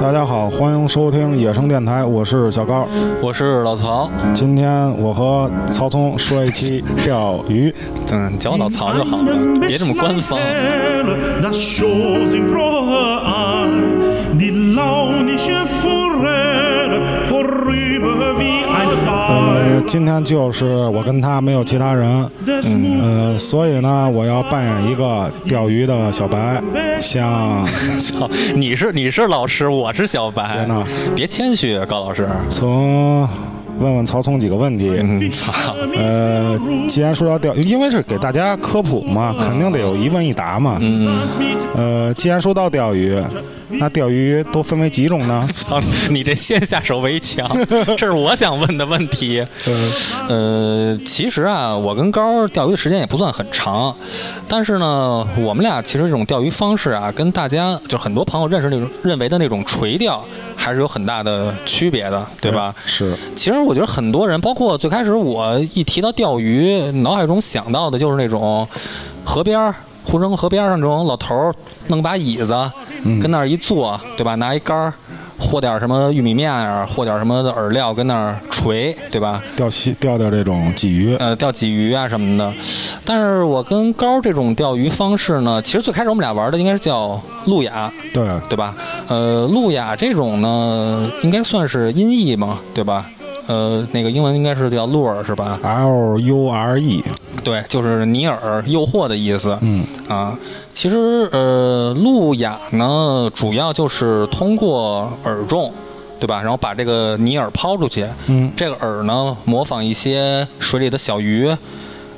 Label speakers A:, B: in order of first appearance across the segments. A: 大家好，欢迎收听野生电台，我是小高。
B: 我是老曹，
A: 今天我和曹聪说一期钓鱼，
B: 嗯，你叫我老曹就好了，
A: 哎
B: 别这么官方。
C: Det sjås ifra her, de laun ikke forræde, for rybe vi ein
A: 呃
C: far.，
A: 今天就是我跟他没有其他人，
C: Det små
A: 呃，所以呢，我要扮演一个钓鱼的小白，像
B: 操，你是你是老师，我是小白
A: 别闹，
B: 别谦虚，啊高老师。
A: 从问问曹聪几个问题。
B: 嗯，操，
A: 呃，既然说到钓，因为是给大家科普嘛，肯定得有一问一答嘛。
C: 嗯
A: 呃，既然说到钓鱼，那钓鱼都分为几种呢？
B: 操，你这先下手 为强，这是我想问的问题。
A: 嗯
B: 呃，其实啊，我跟高儿钓鱼的时间也不算很长，但是呢，我们俩其实这种钓鱼方式啊，跟大家就很多朋友认识那种认为的那种垂钓，还是有很大的区别的，对吧？
A: 是，
B: 其实我觉得很多人，包括最开始我一提到钓鱼，脑海中想到的就是那种河边儿。护城河河边儿上这种老头儿弄把椅子，跟那儿一坐，对吧？拿一杆儿，和点儿什么玉米面啊，和点儿什么的饵料，跟那儿锤，对吧？
A: 钓西钓钓这种鲫鱼，
B: 呃，钓鲫鱼啊什么的。但是我跟高儿这种钓鱼方式呢，其实最开始我们俩玩的应该是叫路亚，
A: 对，
B: 对吧？呃，路亚这种呢，应该算是音译嘛，对吧？呃，那个英文应该是叫鹿耳是吧？
A: L U R E，
B: 对，就是尼尔诱惑的意思。
A: 嗯
B: 啊，其实呃，路亚呢，主要就是通过饵重，对吧？然后把这个尼尔抛出去。
A: 嗯，
B: 这个饵呢，模仿一些水里的小鱼，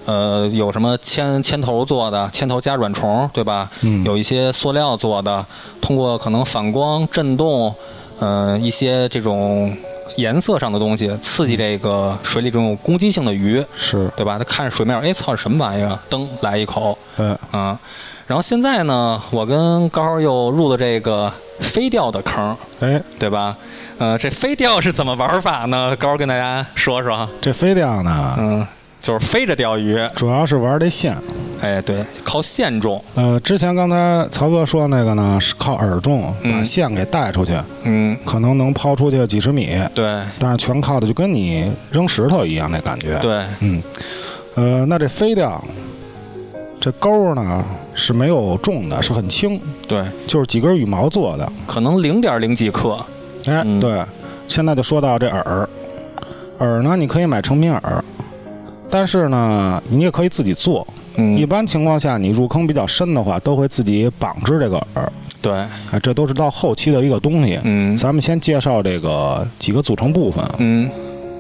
B: 呃，有什么铅铅头做的，铅头加软虫，对吧？
A: 嗯
B: 有一些塑料做的，通过可能反光、震动，呃，一些这种颜色上的东西，刺激这个水里这种攻击性的鱼，
A: 是，
B: 对吧？它看着水面，哎，操，什么玩意儿啊？噔，来一口，
A: 呃，
B: 啊。然后现在呢，我跟高儿又入了这个飞钓的坑，
A: 哎，
B: 对吧？呃，这飞钓是怎么玩法呢？高儿跟大家说说。
A: 这飞钓呢，
B: 嗯，就是飞着钓鱼。
A: 主要是玩这线。
B: 哎，对，靠线重。
A: 呃，之前刚才曹哥说那个呢，是靠饵重把
B: 嗯
A: 线给带出去，
B: 嗯，
A: 可能能抛出去几十米，
B: 对
A: 但是全靠的就跟你扔石头一样那感觉。，
B: 对，
A: 嗯，呃，那这飞钓，这钩呢是没有重的，是很轻，
B: 对，
A: 就是几根羽毛做的。
B: 可能零点零几克。
A: 哎，
B: 嗯
A: 对，现在就说到这饵，饵呢你可以买成品饵，但是呢你也可以自己做。一
B: 嗯，
A: 般情况下，你入坑比较深的话，都会自己绑制这个饵，
B: 对，
A: 哎，这都是到后期的一个东西。
B: 嗯
A: 咱们先介绍这个几个组成部分，
B: 嗯，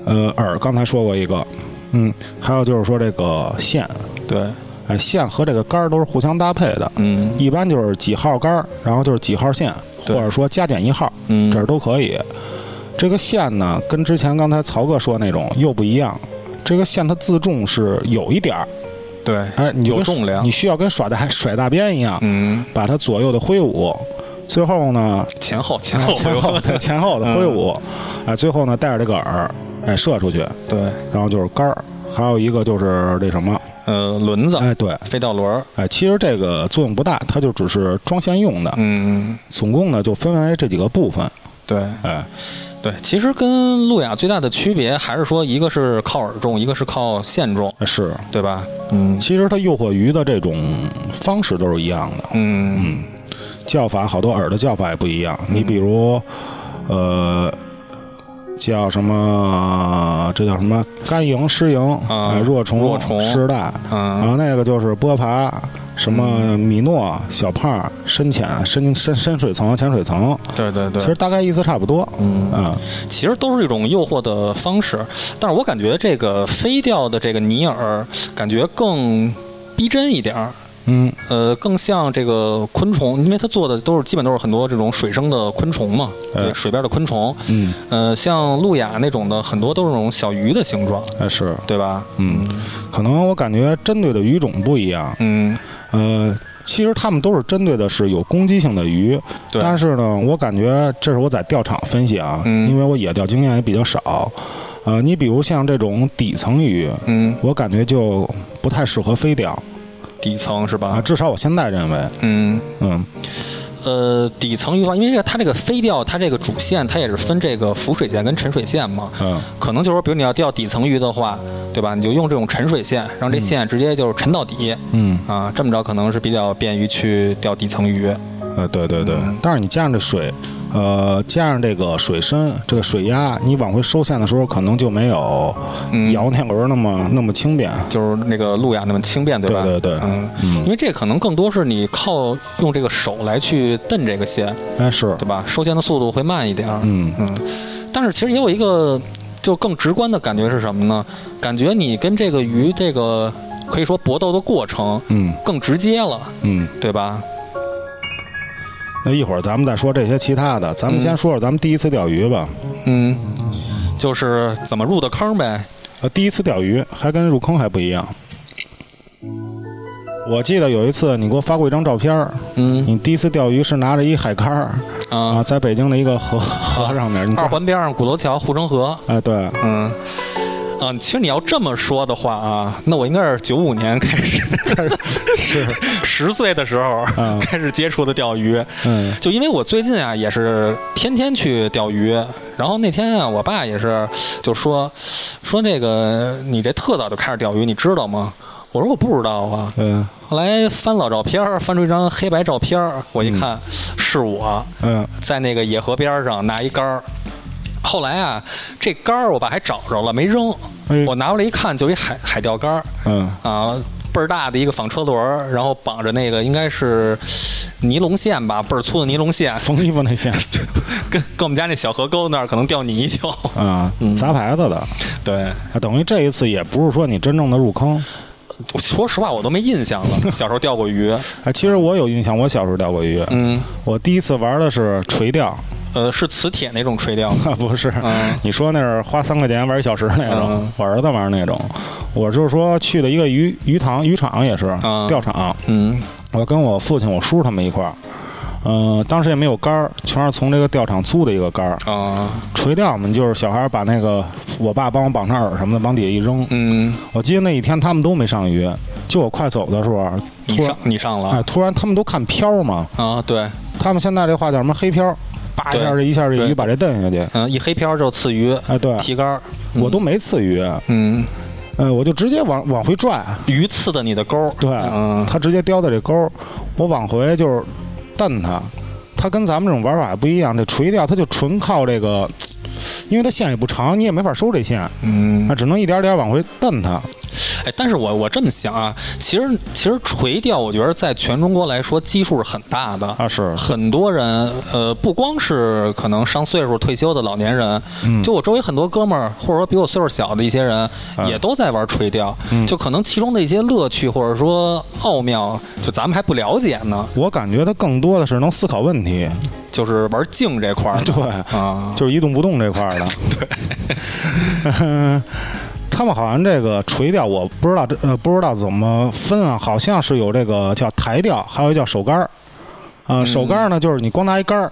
A: 呃，饵刚才说过一个，嗯，还有就是说这个线，
B: 对，
A: 哎，线和这个杆儿都是互相搭配的，
B: 嗯
A: 一般就是几号杆儿，然后就是几号线，或
B: 对
A: 者说加减一号，
B: 嗯，
A: 这儿都可以。这个线呢，跟之前刚才曹哥说那种又不一样。这个线它自重是有一点儿，
B: 对，
A: 哎，你就
B: 有
A: 跟
B: 重量
A: 你需要跟甩大 甩大鞭一样，
B: 嗯，
A: 把它左右的挥舞。最后呢，哎
B: 前后前后嗯
A: 前后对前后的挥舞，哎，最后呢带着这个饵，哎射出去，
B: 对，
A: 然后就是杆儿，还有一个就是这什么，
B: 呃，轮子，
A: 哎对，
B: 飞钓轮儿。
A: 哎，其实这个作用不大，它就只是装线用的。
B: 嗯，
A: 总共呢就分为这几个部分，
B: 对
A: 哎，
B: 对，其实跟路亚最大的区别还是说，一个是靠饵重，一个是靠线重，
A: 哎是，
B: 对吧？嗯
A: 其实它诱惑鱼的这种方式都是一样的，
B: 嗯
A: 嗯，叫法好多饵的叫法也不一样，你比如，呃。叫什么？这叫什么？干蝇、湿蝇
B: 啊
A: 哎若虫、
B: 若虫
A: 湿带，然
B: 嗯
A: 后那个就是波爬，什么米诺、小胖、深潜、深深深水层、浅水层，
B: 对对对
A: 其实大概意思差不多。
B: 嗯
A: 啊，
B: 其实都是一种诱惑的方式，但是我感觉这个飞钓的这个尼尔，感觉更逼真一点儿，
A: 嗯，
B: 呃，更像这个昆虫，因为它做的都是基本都是很多这种水生的昆虫嘛，
A: 哎
B: 水边的昆虫，
A: 嗯，
B: 呃，像路亚那种的，很多都是那种小鱼的形状，
A: 哎是，
B: 对吧？
A: 嗯，可能我感觉针对的鱼种不一样，
B: 嗯，
A: 呃，其实他们都是针对的是有攻击性的鱼，
B: 对，
A: 但是呢，我感觉这是我在钓场分析啊，
B: 嗯
A: 因为我野钓经验也比较少，呃，你比如像这种底层鱼，
B: 嗯，
A: 我感觉就不太适合飞钓啊
B: 底层是吧？
A: 啊，至少我现在认为，
B: 嗯，
A: 嗯，
B: 呃，底层渔网，因为这个它这个飞钓，它这个主线它也是分这个浮水线跟沉水线嘛。
A: 嗯
B: 可能就是说，比如你要钓底层鱼的话，对吧？你就用这种沉水线，让这线直接就是沉到底。
A: 嗯
B: 啊，这么着可能是比较便于去钓底层鱼。
A: 呃，对对对，但是你加上这水，呃，加上这个水深，这个水压，你往回收线的时候，可能就没有
B: 嗯
A: 摇那轮那么、那么轻便。
B: 就是那个路啊亚那么轻便，对吧？
A: 对对对
B: 嗯，因为这可能更多是你靠用这个手来去蹬这个线，
A: 哎，是
B: 对，吧？收线的速度会慢一点儿。
A: 嗯
B: 但是其实也有一个就更直观的感觉是什么呢？感觉你跟这个鱼这个可以说搏斗的过程，
A: 嗯
B: 更直接了，
A: 嗯。
B: 对吧？
A: 那一会儿咱们再说这些其他的，咱们先说说咱们第一次钓鱼吧。
B: 嗯，就是怎么入的坑呗。
A: 呃，第一次钓鱼还跟入坑还不一样。我记得有一次你给我发过一张照片儿，
B: 嗯
A: 你第一次钓鱼是拿着一海竿儿啊，
B: 啊，
A: 在北京的一个河河上面，你
B: 二环边上鼓楼桥护城河。
A: 哎对，
B: 嗯。嗯，其实你要这么说的话啊，那我应该是九五年开始，
A: 是
B: 十岁的时候、
A: 嗯
B: 开始接触的钓鱼，
A: 嗯
B: 就因为我最近啊也是天天去钓鱼，然后那天啊我爸也是就说说这个你这特早就开始钓鱼，你知道吗？我说我不知道啊。
A: 嗯
B: 后来翻老照片儿，翻出一张黑白照片儿，我一看、是我
A: 嗯
B: 在那个野河边儿上拿一杆儿。后来啊，这杆儿我爸还找着了，没扔
A: 哎。
B: 我拿过来一看，就一海海钓杆儿。
A: 嗯
B: 啊，倍儿大的一个纺车轮儿，然后绑着那个应该是尼龙线吧，倍儿粗的尼龙线，
A: 缝衣服那些
B: 跟跟我们家那小河沟那儿可能掉 泥鳅。
A: 啊，
B: 嗯
A: 砸牌子的，
B: 对，
A: 啊等于这一次也不是说你真正的入坑。
B: 我说实话我都没印象了，小时候钓 过鱼，
A: 哎，其实我有印象，我小时候钓过鱼。
B: 嗯，
A: 我第一次玩的是垂钓，
B: 呃，是磁铁那种垂钓吗。
A: 啊，不是，
B: 嗯
A: 你说那是花三块钱玩一小时那种，
B: 嗯
A: 我儿子玩那种。我就是说去了一个鱼鱼塘渔场也是、
B: 嗯
A: 钓场，
B: 嗯
A: 我跟我父亲、我叔他们一块儿。嗯、当时也没有杆儿，全是从这个钓场租的一个杆儿。
B: 啊
A: 垂钓嘛，就是小孩儿把那个我爸帮我绑上饵什么的，往底下一扔。
B: 嗯，
A: 我记得那一天他们都没上鱼，就我快走的时候，啊
B: 你
A: 突然
B: 上你上了
A: 哎，突然他们都看漂嘛，
B: 啊？对，
A: 他们现在这话叫什么黑漂，叭一下
B: 对
A: 这一下这
B: 对
A: 鱼把这蹬下去。
B: 嗯，一黑漂就刺鱼，
A: 哎，对，
B: 提竿儿，嗯
A: 我都没刺鱼，啊
B: 嗯，
A: 呃，我就直接往往回拽，
B: 鱼刺的你的钩儿，
A: 对，
B: 嗯
A: 它直接叼到这钩儿，我往回就是蹬它，它跟咱们这种玩法还不一样，这垂钓它就纯靠这个，因为它线也不长，你也没法收这线，
B: 嗯。
A: 那只能一点点往回蹬它。
B: 哎，但是我我这么想啊，其实其实垂钓，我觉得在全中国来说基数是很大的
A: 啊是
B: 很多人呃，不光是可能上岁数退休的老年人，
A: 嗯
B: 就我周围很多哥们儿，或者说比我岁数小的一些人，
A: 啊
B: 也都在玩垂钓，
A: 嗯
B: 就可能其中的一些乐趣或者说奥妙，就咱们还不了解呢，
A: 我感觉它更多的是能思考问题，
B: 就是玩静这块儿呢，
A: 对，
B: 啊，
A: 就是一动不动这块儿的。 对，他们好像这个垂钓，我不知道这呃不知道怎么分啊，好像是有这个叫台钓，还有一叫手竿儿。啊、手竿儿呢，就是你光拿一杆儿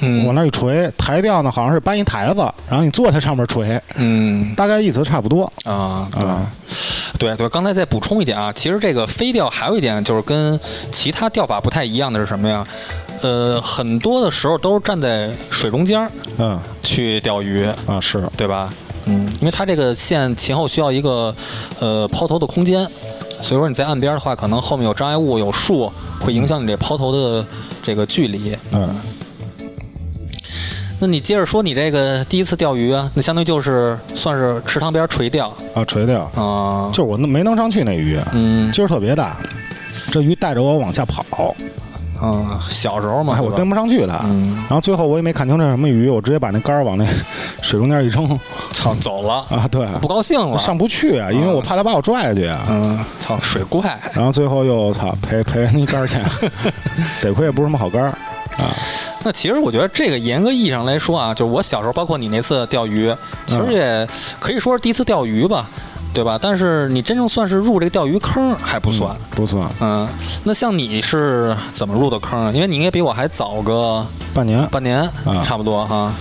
A: 往
B: 嗯
A: 那儿一垂；台钓呢，好像是搬一台子，然后你坐在上面垂，
B: 嗯
A: 大概意思差不多。
B: 啊，对。
A: 啊、
B: 对对，刚才再补充一点啊，其实这个飞钓还有一点就是跟其他钓法不太一样的是什么呀？呃，很多的时候都是站在水中间儿
A: 嗯，
B: 去钓鱼，
A: 啊是，
B: 对吧？嗯，因为它这个线前后需要一个呃抛投的空间，所以说你在岸边的话，可能后面有障碍物、有树，会影响你这抛投的这个距离。
A: 嗯，
B: 那你接着说你这个第一次钓鱼啊，那相当于就是算是池塘边垂钓
A: 啊垂钓，
B: 啊，
A: 就是我那没能上去那鱼，
B: 嗯
A: 劲儿特别大，这鱼带着我往下跑，
B: 嗯，小时候嘛，
A: 哎，我
B: 哦对吧
A: 跟不上去它。
B: 嗯，
A: 然后最后我也没看清这是什么鱼，我直接把那杆儿往那水中间一扔
B: 操，走了，
A: 啊，对，
B: 不高兴 了，
A: 上不去啊，因为我怕他把我拽下去啊。
B: 嗯，操，水怪，
A: 然后最后又操赔赔人一杆儿钱，得亏也不是什么好杆儿。
B: 那其实我觉得这个严格意义上来说啊，就是我小时候，包括你那次钓鱼，其实也可以说是第一次钓鱼吧，对吧？但是你真正算是入这个钓鱼坑儿还不算。
A: 不算，
B: 嗯，那像你是怎么入的坑啊？因为你应该比我还早个
A: 半年。
B: 半年，
A: 嗯
B: 差不多哈。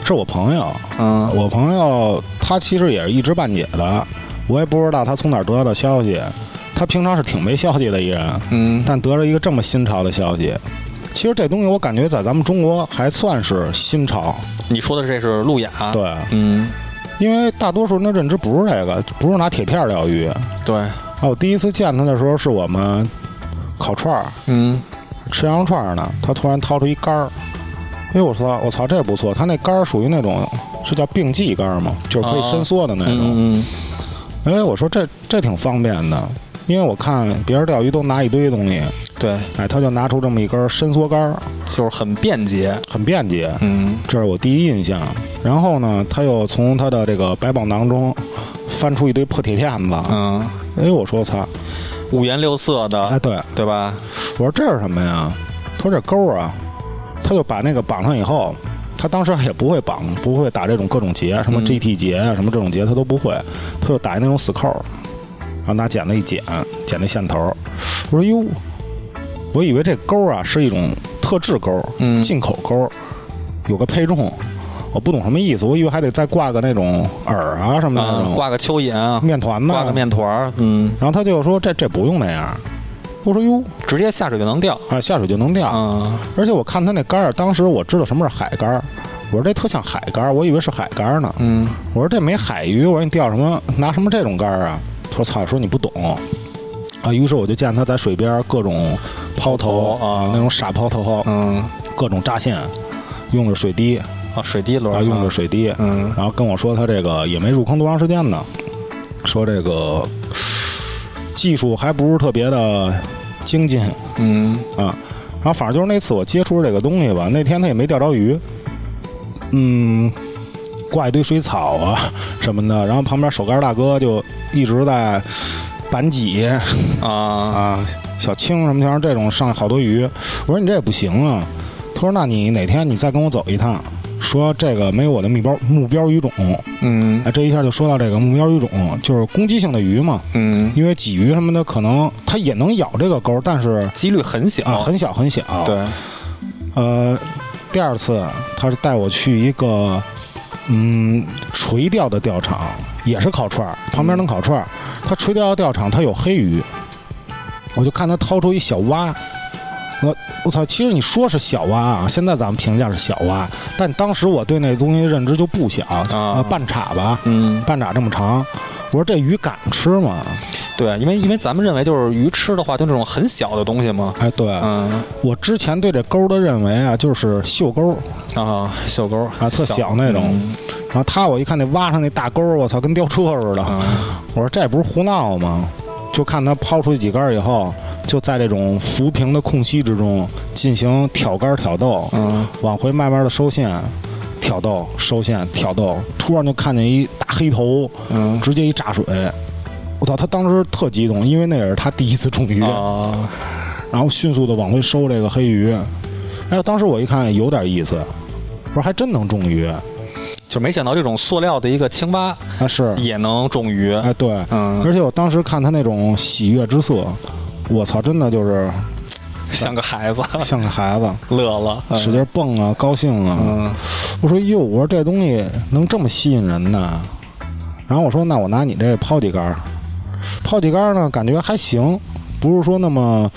A: 这是我朋友，
B: 嗯
A: 我朋友他其实也是一知半解的，我也不知道他从哪儿得到的消息。他平常是挺没消息的一人，
B: 嗯
A: 但得了一个这么新潮的消息，其实这东西我感觉在咱们中国还算是新潮，
B: 你说的这是路亚，
A: 对，
B: 嗯，
A: 因为大多数人的认知不是这个，不是拿铁片儿钓鱼。
B: 对，
A: 啊，我第一次见他的时候是我们烤串儿
B: 嗯，
A: 吃羊肉串儿呢，他突然掏出一杆儿，哎呦我操，我操这不错，他那杆儿属于那种是叫并济杆儿吗？就是可以伸缩的那种。
B: 嗯嗯
A: 哎，我说这这挺方便的，因为我看别人钓鱼都拿一堆东西，
B: 嗯，对，
A: 哎，他就拿出这么一根伸缩杆儿，
B: 就是很便捷，
A: 很便捷。
B: 嗯，
A: 这是我第一印象。然后呢，他又从他的这个百宝囊中翻出一堆破铁片子。
B: 嗯，
A: 哎，我说我操！
B: 五颜六色
A: 哎，
B: 的，
A: 对，
B: 对吧？
A: 我说这是什么呀？他说这钩儿啊，他就把那个绑上以后，他当时也不会绑，不会打这种各种结，什么
B: 嗯
A: GT 结啊，什么这种结他都不会，他就打那种死扣儿，然后拿剪子一剪，剪那线头儿。我说哟，我以为这钩儿啊是一种特制钩儿，
B: 嗯
A: 进口钩儿，有个配重，我不懂什么意思，我以为还得再挂个那种饵啊什么的那
B: 啊，
A: 种、
B: 挂个蚯蚓啊，
A: 面团呢。
B: 挂个面团儿，嗯，
A: 然后他就说这这不用那样。我说哟，
B: 直接下水就能钓，
A: 啊，下水就能钓。
B: 嗯，
A: 而且我看他那杆儿，当时我知道什么是海杆儿，我说这特像海杆儿，我以为是海杆儿呢。
B: 嗯，
A: 我说这没海鱼，我说你钓什么拿什么这种杆儿啊？他说操，说你不懂啊。于是我就见他在水边儿各种抛投
B: 抛投啊
A: 那种傻抛投，
B: 嗯，
A: 各种扎线，用着水滴，
B: 啊，水滴轮
A: 然
B: 儿
A: 后
B: 啊，
A: 用着水滴，
B: 嗯
A: 然后跟我说他这个也没入坑多长时间呢，说这个技术还不是特别的精进，
B: 嗯
A: 啊。然后反正就是那次我接触这个东西吧，那天他也没钓着鱼，嗯，挂一堆水草啊 什么的，然后旁边手竿大哥就一直在板几
B: 啊，
A: 啊、小青什么像这种上来好多鱼，我说你这也不行啊，他说那你哪天你再跟我走一趟。说这个没有我的目标目标鱼种，
B: 嗯
A: 哎，这一下就说到这个目标鱼种，就是攻击性的鱼嘛，
B: 嗯，
A: 因为鲫鱼什么的可能它也能咬这个钩，但是
B: 几率很小，
A: 啊很小很小，
B: 哦对，
A: 呃，第二次他是带我去一个嗯垂钓的钓场，也是烤串儿，旁边能烤串儿。他垂钓的钓场，他有黑鱼，我就看他掏出一小蛙。我我操！其实你说是小蛙啊，现在咱们评价是小蛙，但当时我对那东西认知就不小，呃，半叉吧，
B: 嗯，
A: 半叉这么长。我说这鱼敢吃吗？
B: 对，因为因为咱们认为就是鱼吃的话，就那种很小的东西嘛，
A: 哎，对、
B: 嗯
A: 我之前对这钩的认为啊，就是锈钩，
B: 啊，小钩
A: 啊特小那种
B: 嗯
A: 然后他我一看那蛙上那大钩儿，我操，跟吊车似的。
B: 嗯啊，
A: 我说这不是胡闹吗？就看他抛出去几杆儿以后，就在这种浮萍的空隙之中进行挑杆儿挑逗，
B: 嗯
A: 往回慢慢的收线，挑逗收线挑逗，突然就看见一大黑头，
B: 嗯
A: 直接一炸水。我操！他当时特激动，因为那也是他第一次中鱼，
B: 啊，
A: 然后迅速的往回收这个黑鱼。哎呦，当时我一看有点意思，我说还真能中鱼啊！
B: 就没想到这种塑料的一个青蛙
A: 是，
B: 也能种鱼，
A: 哎对，
B: 嗯，
A: 而且我当时看他那种喜悦之色，我操，真的就是
B: 像个孩子
A: 像个孩子，
B: 乐了，嗯
A: 使劲蹦啊，高兴啊。
B: 嗯
A: 我说哟，我说这东西能这么吸引人呢？然后我说那我拿你这抛几杆儿，抛几杆儿呢，感觉还行，不是说那么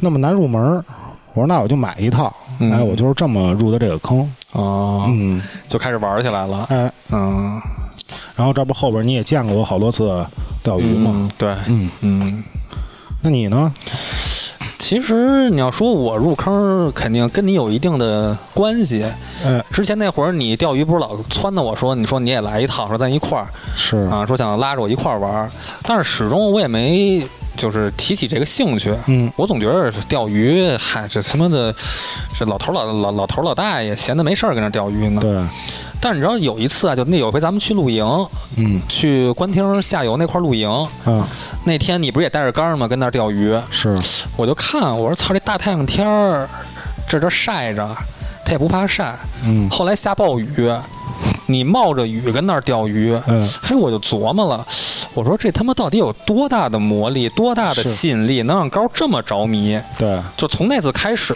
A: 那么难入门儿。我说那我就买一套，
B: 嗯
A: 哎，我就是这么入的这个坑。
B: 哦，
A: 嗯，
B: 就开始玩起来了，
A: 哎，
B: 嗯，
A: 然后这不后边你也见过我好多次钓鱼
B: 嗯
A: 嘛？，
B: 对，
A: 嗯，
B: 嗯。
A: 那你呢？
B: 其实你要说我入坑，肯定跟你有一定的关系。
A: 哎，
B: 之前那会儿你钓鱼不是老撺掇我说，你说你也来一趟，说咱一块儿
A: 是
B: 啊，说想拉着我一块儿玩儿，但是始终我也没就是提起这个兴趣。
A: 嗯，
B: 我总觉得钓鱼，嗨，这他妈的，这老头儿老老老头儿老大爷闲的没事儿跟那儿钓鱼呢。
A: 对，
B: 但是你知道有一次啊，就那有回咱们去露营，
A: 嗯
B: 去官厅下游那块儿露营，
A: 啊，
B: 那天你不是也带着杆儿吗？跟那儿钓鱼，
A: 是，
B: 我就看，我说操，这大太阳天儿，这这晒着，它也不怕晒。
A: 嗯
B: 后来下暴雨，你冒着雨跟那儿钓鱼，
A: 嗯
B: 嘿，我就琢磨了，我说这他妈到底有多大的魔力，多大的
A: 是
B: 吸引力，能让高这么着迷？
A: 对，
B: 就从那次开始，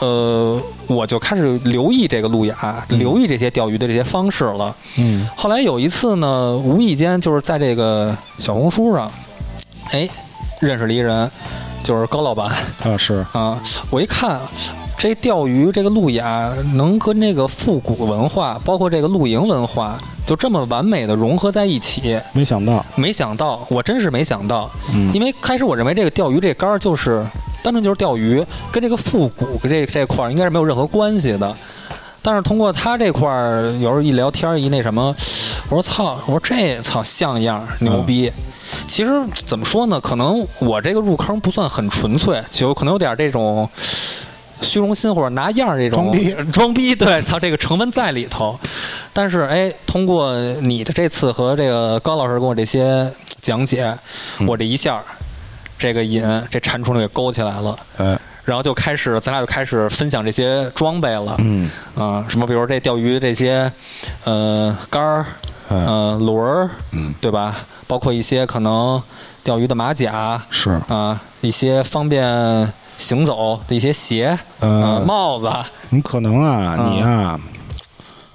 B: 呃，我就开始留意这个路亚，留意这些钓鱼的这些方式了。
A: 嗯。
B: 后来有一次呢，无意间就是在这个小红书上，哎，认识了一人，就是高老板。
A: 啊，是，
B: 啊，我一看，这钓鱼这个路亚能跟这个复古文化，包括这个露营文化，就这么完美的融合在一起。
A: 没想到，
B: 没想到，我真是没想到，
A: 嗯
B: 因为开始我认为这个钓鱼这杆儿就是单纯就是钓鱼，跟这个复古这这块儿应该是没有任何关系的。但是通过他这块儿，有时候一聊天儿一那什么，我说操，我说这操像样儿，牛逼。
A: 嗯
B: 其实怎么说呢？可能我这个入坑不算很纯粹，就可能有点这种虚荣心或者拿样儿这种
A: 装逼
B: 装逼，对，操这个成分在里头。但是哎，通过你的这次和这个高老师跟我这些讲解，
A: 嗯
B: 我这一下儿这个瘾这蟾蜍就给勾起来了。
A: 哎，
B: 然后就开始，咱俩就开始分享这些装备了。
A: 嗯，
B: 啊、什么比如这钓鱼这些，呃，杆儿，
A: 嗯
B: 呃，轮儿，嗯，对吧？包括一些可能钓鱼的马甲啊、
A: 是，
B: 一些方便行走的一些鞋，
A: 呃
B: 啊帽子，
A: 你可能啊，
B: 嗯
A: 你啊，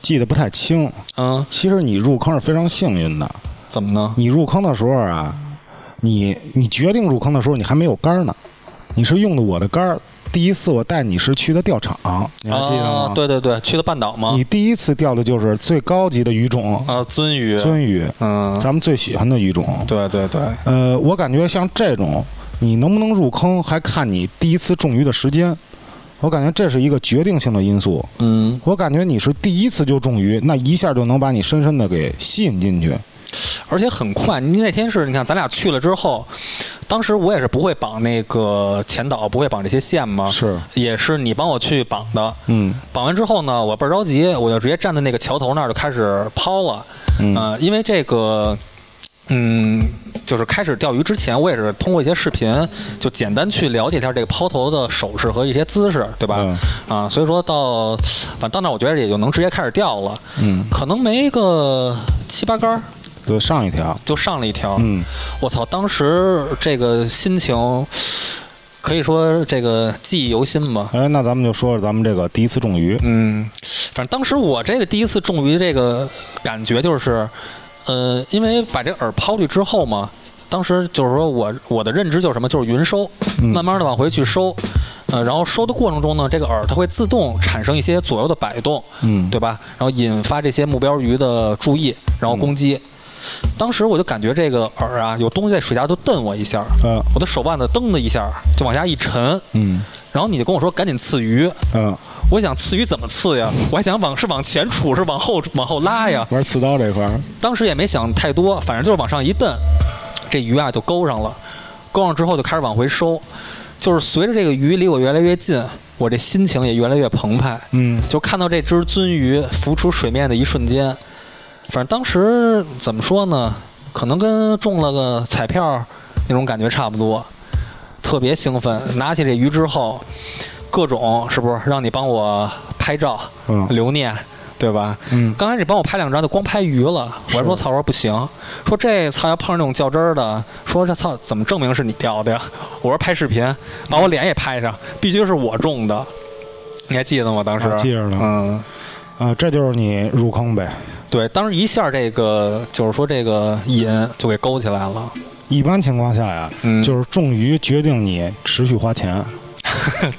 A: 记得不太清。
B: 嗯、
A: 其实你入坑是非常幸运的。
B: 怎么呢？
A: 你入坑的时候啊，你你决定入坑的时候，你还没有杆儿呢，你是用的我的杆儿。第一次我带你是去的钓场，你还记得吗？
B: 啊，对对对，去的半岛嘛
A: 你，第一次钓的就是最高级的鱼种
B: 啊，鳟鱼，
A: 鳟鱼，
B: 嗯，
A: 咱们最喜欢的鱼种。
B: 对对对，
A: 呃，我感觉像这种，你能不能入坑，还看你第一次中鱼的时间。我感觉这是一个决定性的因素。
B: 嗯，
A: 我感觉你是第一次就中鱼，那一下就能把你深深的给吸引进去。
B: 而且很快。你那天是，你看咱俩去了之后，当时我也是不会绑那个前导，不会绑这些线嘛，
A: 是
B: 也是你帮我去绑的。
A: 嗯，
B: 绑完之后呢，我倍儿着急，我就直接站在那个桥头那儿就开始抛了。
A: 嗯
B: 呃因为这个，嗯，就是开始钓鱼之前，我也是通过一些视频，就简单去了解一下这个抛投的手势和一些姿势，对吧？
A: 嗯
B: 啊，所以说到反正到那儿我觉得也就能直接开始钓了。嗯，可能没个七八杆儿
A: 就上一条。
B: 就上了一条。
A: 嗯，
B: 我操，当时这个心情。可以说这个记忆犹新吧，
A: 哎，那咱们就说说咱们这个第一次中鱼。
B: 嗯，反正当时我这个第一次中鱼这个感觉就是，呃，因为把这饵抛去之后嘛，当时就是说我我的认知就是什么，就是匀收，
A: 嗯
B: 慢慢的往回去收，呃，然后收的过程中呢，这个饵它会自动产生一些左右的摆动，
A: 嗯
B: 对吧？然后引发这些目标鱼的注意，然后攻击。当时我就感觉这个饵啊，有东西在水下就蹬我一下儿，
A: 呃，
B: 我的手腕子蹬的一下儿就往下一沉，
A: 嗯，
B: 然后你就跟我说赶紧刺鱼，
A: 嗯，
B: 我想刺鱼怎么刺呀？我还想往是往前杵，是往后往后拉呀。
A: 玩刺刀这块儿，
B: 当时也没想太多，反正就是往上一蹬，这鱼啊就勾上了。勾上之后就开始往回收，就是随着这个鱼离我越来越近，我这心情也越来越澎湃。
A: 嗯，
B: 就看到这只鳟鱼浮出水面的一瞬间，反正当时怎么说呢，可能跟中了个彩票儿那种感觉差不多，特别兴奋。拿起这鱼之后，各种是不是让你帮我拍照、
A: 嗯
B: 留念，对吧？
A: 嗯
B: 刚开始帮我拍两张，就光拍鱼了。我还说操，我说不行，说这操要碰上这种较真儿的，说这操怎么证明是你钓的呀？我说拍视频，把我脸也拍上，必须是我中的。你还记得吗？当时、
A: 啊记着呢
B: 嗯，
A: 啊，这就是你入坑呗。
B: 对，当时一下这个就是说这个瘾就给勾起来了。
A: 一般情况下呀，
B: 嗯
A: 就是中鱼决定你持续花钱，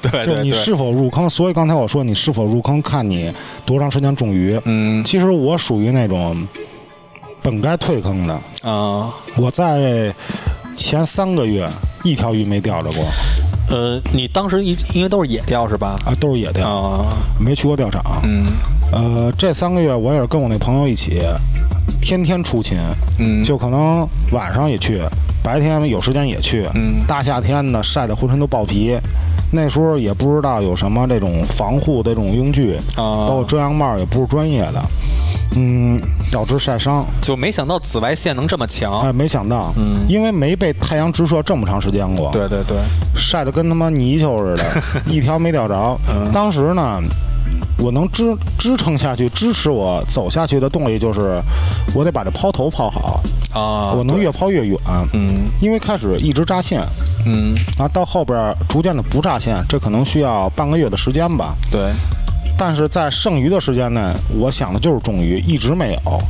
B: 对对
A: 就是
B: 对，
A: 你是否入坑。所以刚才我说你是否入坑，看你多长时间中鱼。
B: 嗯
A: 其实我属于那种本该退坑的，
B: 啊、呃
A: 我在前三个月一条鱼没钓着过
B: 呃，你当时一因为都是野钓是吧？
A: 啊，都是野
B: 啊、
A: 钓，没去过钓场。
B: 嗯
A: 呃，这三个月我也是跟我那朋友一起，天天出勤，
B: 嗯，
A: 就可能晚上也去，白天有时间也去。
B: 嗯
A: 大夏天的晒得浑身都爆皮，那时候也不知道有什么这种防护的这种用具，
B: 啊、
A: 包括遮阳帽也不是专业的。嗯，导致晒伤，
B: 就没想到紫外线能这么强。
A: 哎，没想到，因为没被太阳直射这么长时间过，
B: 嗯对对对，
A: 晒得跟他妈泥鳅似的， 一条没钓着。
B: 嗯
A: 当时呢，我能支支撑下去、支持我走下去的动力就是，我得把这抛头抛好，
B: 啊、
A: 我能
B: 对
A: 越抛越远。
B: 嗯
A: 因为开始一直扎线，
B: 嗯，
A: 啊，到后边儿逐渐的不扎线，这可能需要半个月的时间吧。
B: 对，
A: 但是在剩余的时间内，我想的就是中鱼，一直没有。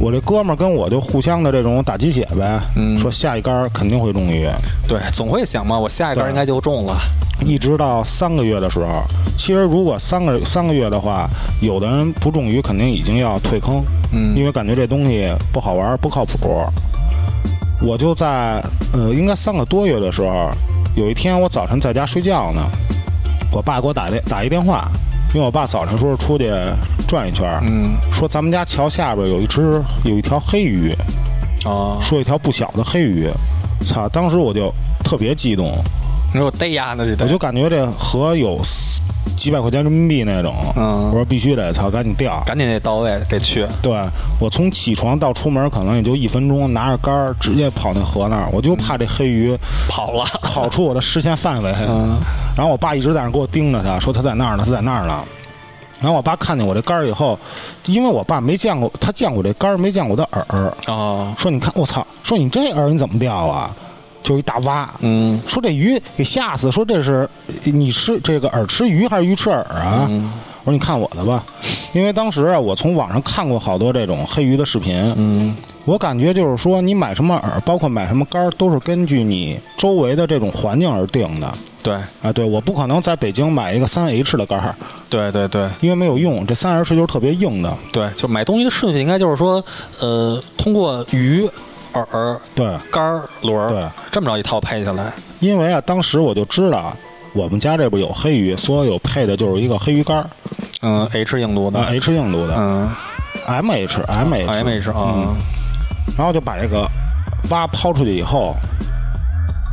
A: 我这哥们儿跟我就互相的这种打鸡血呗，说下一杆儿肯定会中鱼，
B: 对，总会想嘛，我下一杆
A: 对
B: 应该就中了。
A: 一直到三个月的时候，其实如果三个三个月的话，有的人不中鱼肯定已经要退坑，
B: 嗯
A: 因为感觉这东西不好玩不靠谱。我就在呃，应该三个多月的时候，有一天我早晨在家睡觉呢，我爸给我打电打一电话，因为我爸早晨说是出去转一圈，
B: 嗯，
A: 说咱们家桥下边有一只有一条黑鱼，
B: 哦，
A: 说一条不小的黑鱼，操！当时我就特别激动，
B: 你说我逮呀，那就得，
A: 我就感觉这河有四几百块钱人民币那种，
B: 嗯
A: 我说必须得操，赶紧钓。
B: 赶紧得到位，得去。
A: 对我从起床到出门可能也就一分钟，拿着杆儿直接跑那河那儿，我就怕这黑鱼
B: 跑了，
A: 跑出我的视线范围。 然后我爸一直在那儿给我盯着它，说它在那儿呢，它在那儿呢。然后我爸看见我这杆儿以后，因为我爸没见过，他见过这杆儿，没见过我的饵。
B: 哦，
A: 说你看，我操！说你这饵你怎么钓啊？就是一大蛙。
B: 嗯，
A: 说这鱼给吓死，说这是你吃这个饵吃鱼还是鱼吃饵啊？我说你看我的吧，因为当时啊，我从网上看过好多这种黑鱼的视频。嗯，我感觉就是说，你买什么饵，包括买什么竿儿，都是根据你周围的这种环境而定的。
B: 对，
A: 啊，对，我不可能在北京买一个三 H 的杆儿，
B: 对对对
A: 因为没有用，这三 H 就是特别硬的。
B: 对，就买东西的顺序应该就是说，呃，通过鱼、饵、
A: 对，
B: 杆儿、轮儿，
A: 对，
B: 这么着一套配下来。
A: 因为啊，当时我就知道我们家这边有黑鱼，所有配的就是一个黑鱼竿儿，
B: 嗯，H 硬度
A: 啊、
B: 的，
A: h 硬度的、
B: 嗯
A: m h M H
B: ，M H 啊，
A: 然后就把这个蛙抛出去以后，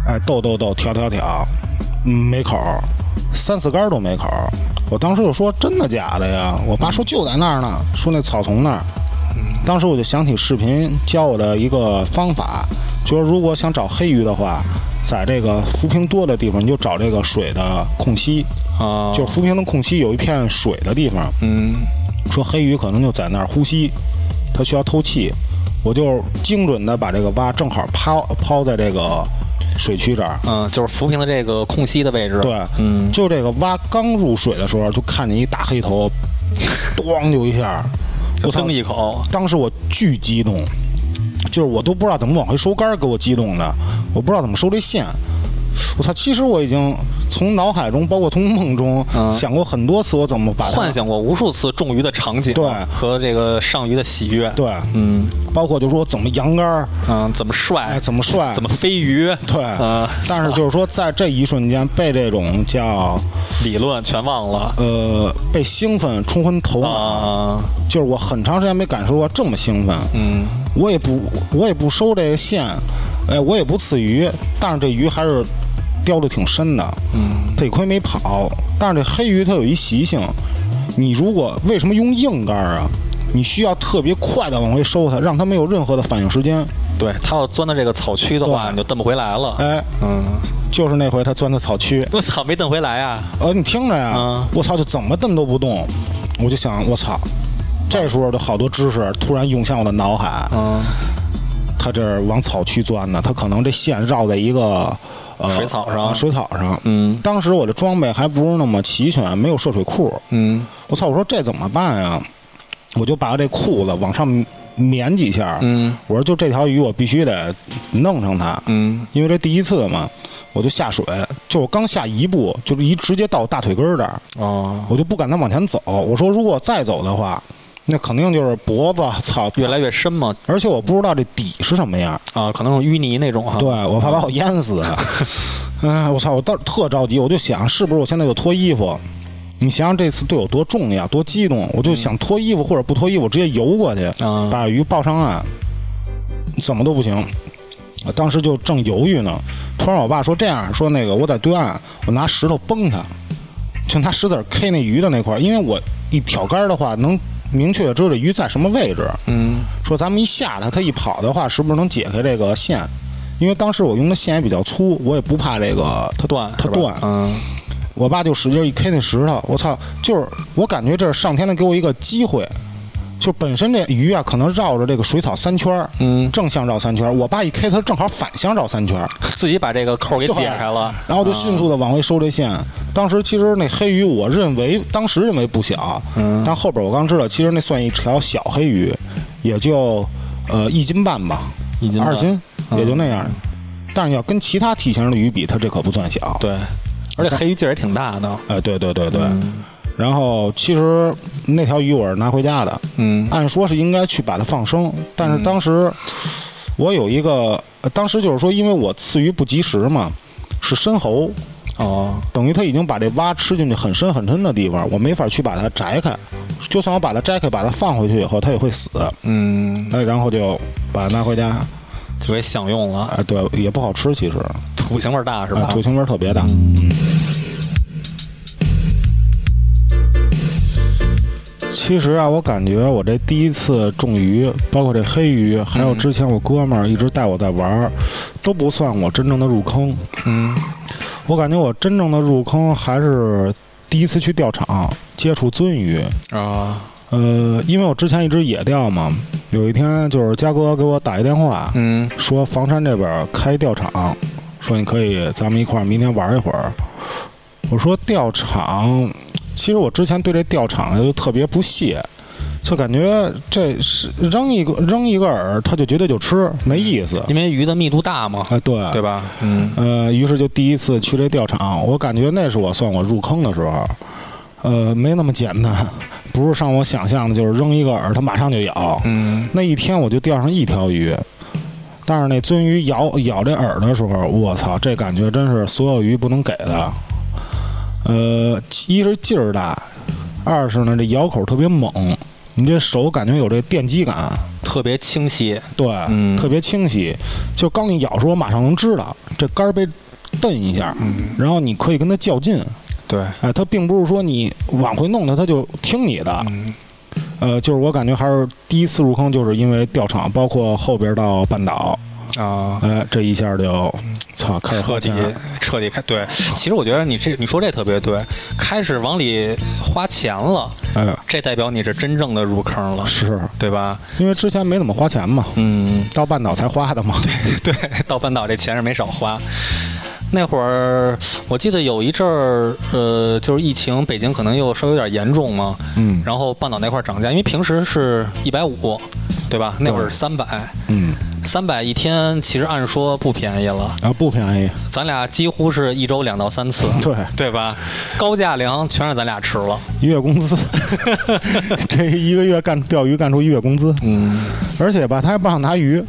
A: 哎，逗逗逗，挑挑挑，嗯，没口儿，三四杆儿都没口儿。我当时就说真的假的呀？我爸说就在那儿呢，说那草丛那儿。当时我就想起视频教我的一个方法，就是如果想找黑鱼的话，在这个浮萍多的地方，你就找这个水的空隙，
B: 啊，
A: 就是浮萍的空隙有一片水的地方，
B: 嗯，
A: 说黑鱼可能就在那儿呼吸，它需要透气，我就精准的把这个蛙正好抛抛在这个水区这儿。
B: 嗯，就是浮萍的这个空隙的位置，
A: 对，
B: 嗯，
A: 就这个蛙刚入水的时候，就看见一大黑头，咣就一下，
B: 就
A: 我操
B: 蹬！一口，
A: 当时我巨激动，就是我都不知道怎么往回收杆儿，给我激动的，我不知道怎么收这线。我操！其实我已经从脑海中，包括从梦中、
B: 嗯
A: 想过很多次，我怎么把它
B: 幻想过无数次中鱼的场景，
A: 对
B: 和这个上鱼的喜悦，
A: 对，
B: 嗯
A: 包括就说我怎么扬杆儿，
B: 嗯，怎么帅
A: 哎，，怎么帅，
B: 怎么飞鱼，
A: 对，
B: 呃，
A: 但是就是说，在这一瞬间被这种叫
B: 理论全忘了
A: 呃被兴奋冲昏头脑，
B: 啊，
A: 就是我很长时间没感受过这么兴奋。
B: 嗯，
A: 我也不我也不收这个线，哎，我也不刺鱼，但是这鱼还是叼的挺深的。嗯，它也亏没跑。但是这黑鱼它有一习性，你如果为什么用硬杆儿啊？你需要特别快的往回收它，让它没有任何的反应时间。
B: 对，它要钻到这个草区的话，
A: 对
B: 你就蹬不回来了，
A: 哎，
B: 嗯，
A: 就是那回它钻到草区，
B: 我操，没蹬回来啊，
A: 呃，你听着呀
B: 嗯，
A: 我操，就怎么蹬都不动，我就想，我操，这时候就好多知识突然涌向我的脑海。
B: 嗯，
A: 他这儿往草区钻呢，他可能这线绕在一个呃
B: 水草上
A: 啊水草上。
B: 嗯，
A: 当时我的装备还不是那么齐全，没有涉水裤。
B: 嗯
A: 我操，我说这怎么办呀？我就把这裤子往上绵几下。
B: 嗯
A: 我说就这条鱼，我必须得弄上它。
B: 嗯，
A: 因为这第一次嘛，我就下水，就我刚下一步，就是一直接到我大腿根儿这儿，
B: 哦，
A: 我就不敢再往前走。我说如果再走的话，那肯定就是脖子操，
B: 越来越深嘛，
A: 而且我不知道这底是什么样，
B: 啊，可能是淤泥那种啊哈，
A: 对我怕把我淹死。嗯，我操，我当时特着急，我就想是不是我现在就脱衣服。你想想这次对我多重要，多激动！啊我就想脱衣服或者不脱衣服，我直接游过去，
B: 嗯
A: 把鱼抱上岸，怎么都不行。我当时就正犹豫呢，突然我爸说这样说那个我在对岸，我拿石头崩他，就拿石子儿 K 那鱼的那块儿，因为我一挑杆儿的话，能明确的知道这鱼在什么位置。
B: 嗯，
A: 说咱们一下它，它一跑的话，是不是能解开这个线？因为当时我用的线也比较粗，我也不怕这个它
B: 断
A: 它
B: 是吧
A: 断。
B: 嗯
A: 我爸就使劲一 K 那石头，我操！就是我感觉这是上天的给我一个机会，就本身这鱼啊，可能绕着这个水草三圈儿，
B: 嗯，
A: 正向绕三圈儿，我爸一 K 它正好反向绕三圈儿，
B: 自己把这个扣给
A: 对
B: 解开了，
A: 然后就迅速的往回收这线。当时其实那黑鱼，我啊
B: 嗯
A: 认为当时认为不小，但后边我刚知道，其实那算一条小黑鱼，也就呃一斤半吧，
B: 一斤半
A: 二斤
B: 嗯
A: 也就那样。但是要跟其他体型的鱼比，它这可不算小。，
B: 对，而且黑鱼劲儿也挺大的。
A: 哎，对对对对。
B: 嗯
A: 然后其实那条鱼我是拿回家的，
B: 嗯
A: 按说是应该去把它放生，但是当时我有一个，呃当时就是说，因为我刺鱼不及时嘛，是深喉，
B: 哦，
A: 等于它已经把这蛙吃进去很深很深的地方，我没法去把它摘开。就算我把它摘开，把它放回去以后，它也会死。
B: 嗯，
A: 哎，然后就把它拿回家，
B: 就给享用了，
A: 哎，对，也不好吃，其实，
B: 土腥味儿大是
A: 哎
B: 吧？嗯
A: 土腥味儿特别大。其实啊，我感觉我这第一次种鱼，包括这黑鱼，还
B: 嗯
A: 有之前我哥们儿一直带我在玩儿，都不算我真正的入坑。
B: 嗯
A: 我感觉我真正的入坑还是第一次去钓场接触鳟鱼。
B: 啊，
A: 呃，因为我之前一直野钓嘛，有一天就是嘉哥给我打一电话，
B: 嗯
A: 说房山这边儿开钓场，说你可以咱们一块儿明天玩一会儿。我说钓场，其实我之前对这钓场就特别不屑，就感觉这是扔一个扔一个饵，他就绝对就吃，没意思。
B: 因为鱼的密度大嘛，
A: 哎，对
B: 对吧？嗯
A: 呃，于是就第一次去这钓场，我感觉那是我算我入坑的时候，呃，没那么简单，不是像我想象的，就是扔一个饵，它马上就咬。
B: 嗯，
A: 那一天我就钓上一条鱼，但是那鳟鱼咬咬这饵的时候，我操，这感觉真是所有鱼不能给的。呃，一是劲儿大，二是呢这咬口特别猛，你这手感觉有这电击感，
B: 特别清晰。
A: 对，
B: 嗯
A: 特别清晰。就刚一咬的时候，我马上能知道这杆儿被蹬一下，然后你可以跟它较劲。
B: 对，
A: 哎，它并不是说你往回弄它，它就听你的。
B: 嗯
A: 呃，就是我感觉还是第一次入坑，就是因为钓场，包括后边到半岛，
B: 啊。
A: 哎，这一下就，操，开始
B: 彻
A: 花
B: 底
A: 钱。
B: 彻底开对，其实我觉得你这你说这特别对，开始往里花钱了，
A: 哎，
B: 这代表你是真正的入坑了，
A: 是
B: 对吧？
A: 因为之前没怎么花钱嘛，
B: 嗯，
A: 到半岛才花的嘛。
B: 对，到半岛这钱是没少花。那会儿我记得有一阵儿，呃，就是疫情，北京可能又稍微有点严重嘛，
A: 嗯
B: 然后半岛那块儿涨价，因为平时是一百五，对吧？那会儿是三百，
A: 嗯，
B: 三百一天，其实按说不便宜了，
A: 啊，不便宜，
B: 咱俩几乎是一周两到三次，
A: 对，
B: 对吧？高价粮全让咱俩吃了，
A: 一月工 资，这一个月干钓鱼干出一月工资，
B: 嗯，
A: 而且吧，他还不让拿鱼，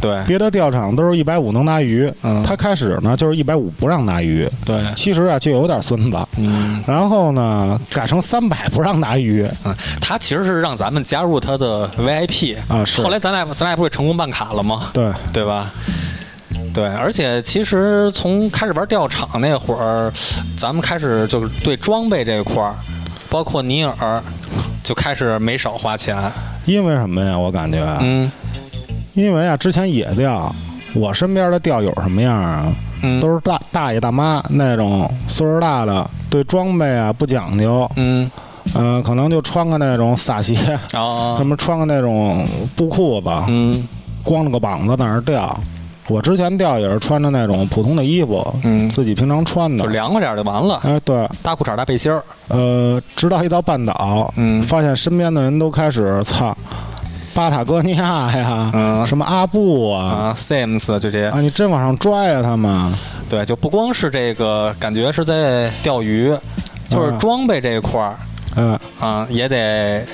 B: 对
A: 别的钓场都是一百五能拿鱼，
B: 嗯
A: 他开始呢就是一百五不让拿鱼，
B: 对，
A: 其实啊就有点孙子，
B: 嗯
A: 然后呢改成三百不让拿鱼，
B: 嗯，他其实是让咱们加入他的 VIP
A: 啊是
B: 后来咱俩咱俩不是成功办卡了吗？
A: 对，
B: 对吧？对，而且其实从开始玩钓场那会儿，咱们开始就是对装备这一块儿，包括尼尔，就开始没少花钱。
A: 因为什么呀？我感觉，啊
B: 嗯
A: 因为啊之前野钓，我身边的钓友什么样啊？
B: 嗯
A: 都是大大爷大妈那种岁数大的，对装备啊不讲究，
B: 嗯
A: 嗯、可能就穿个那种洒鞋，
B: 啊
A: 什么穿个那种布裤子，
B: 嗯
A: 光着个膀子在那儿钓。我之前钓也是穿着那种普通的衣服，
B: 嗯
A: 自己平常穿
B: 就
A: 的。
B: 凉快点儿就完了，
A: 哎，对，
B: 大裤衩大背心儿。
A: 呃，直到一到半岛，
B: 嗯
A: 发现身边的人都开始操，巴塔哥尼亚呀，
B: 嗯
A: 什么阿布啊，
B: 啊，Sims 就这些，
A: 啊，你真往上拽啊他们，
B: 对，就不光是这个，感觉是在钓鱼，就是
A: 嗯
B: 装备这一块儿
A: 嗯、
B: 啊，也得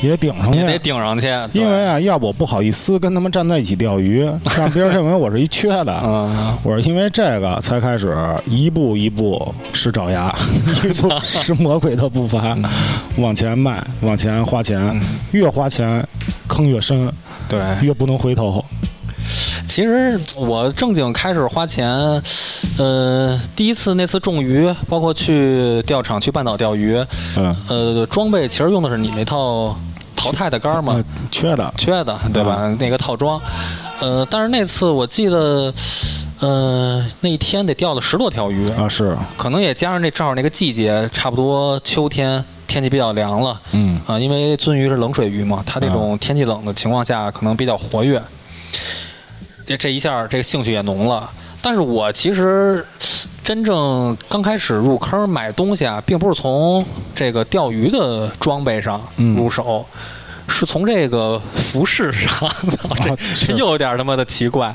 A: 也顶上
B: 也得
A: 去。
B: 顶上去，对
A: 因为啊，要不我不好意思跟他们站在一起钓 鱼，让别人认为我是一缺的。
B: 嗯，
A: 我是因为这个才开始一步一步是爪 牙，一步是魔鬼的步伐，
B: 嗯
A: 往前迈，往前花钱，越花钱坑越深，
B: 对，
A: 越不能回头。
B: 其实我正经开始花钱，呃，第一次那次种鱼，包括去钓场、去半岛钓鱼，
A: 嗯，
B: 呃，装备其实用的是你那套淘汰的杆儿嘛，
A: 呃缺的，
B: 缺的，对吧？
A: 嗯
B: 那个套装，呃，但是那次我记得，呃，那一天得钓了十多条鱼，
A: 啊，是，
B: 可能也加上那正好那个季节，差不多秋天天气比较凉了，
A: 嗯啊
B: 啊，因为鳟鱼是冷水鱼嘛，它这种天气冷的情况下可能比较活跃。这这一下，这个兴趣也浓了。但是我其实真正刚开始入坑
A: 嗯
B: 买东西啊，并不是从这个钓鱼的装备上入手，是从这个服饰上， 操，这
A: 啊是
B: 这又有点他妈的奇怪。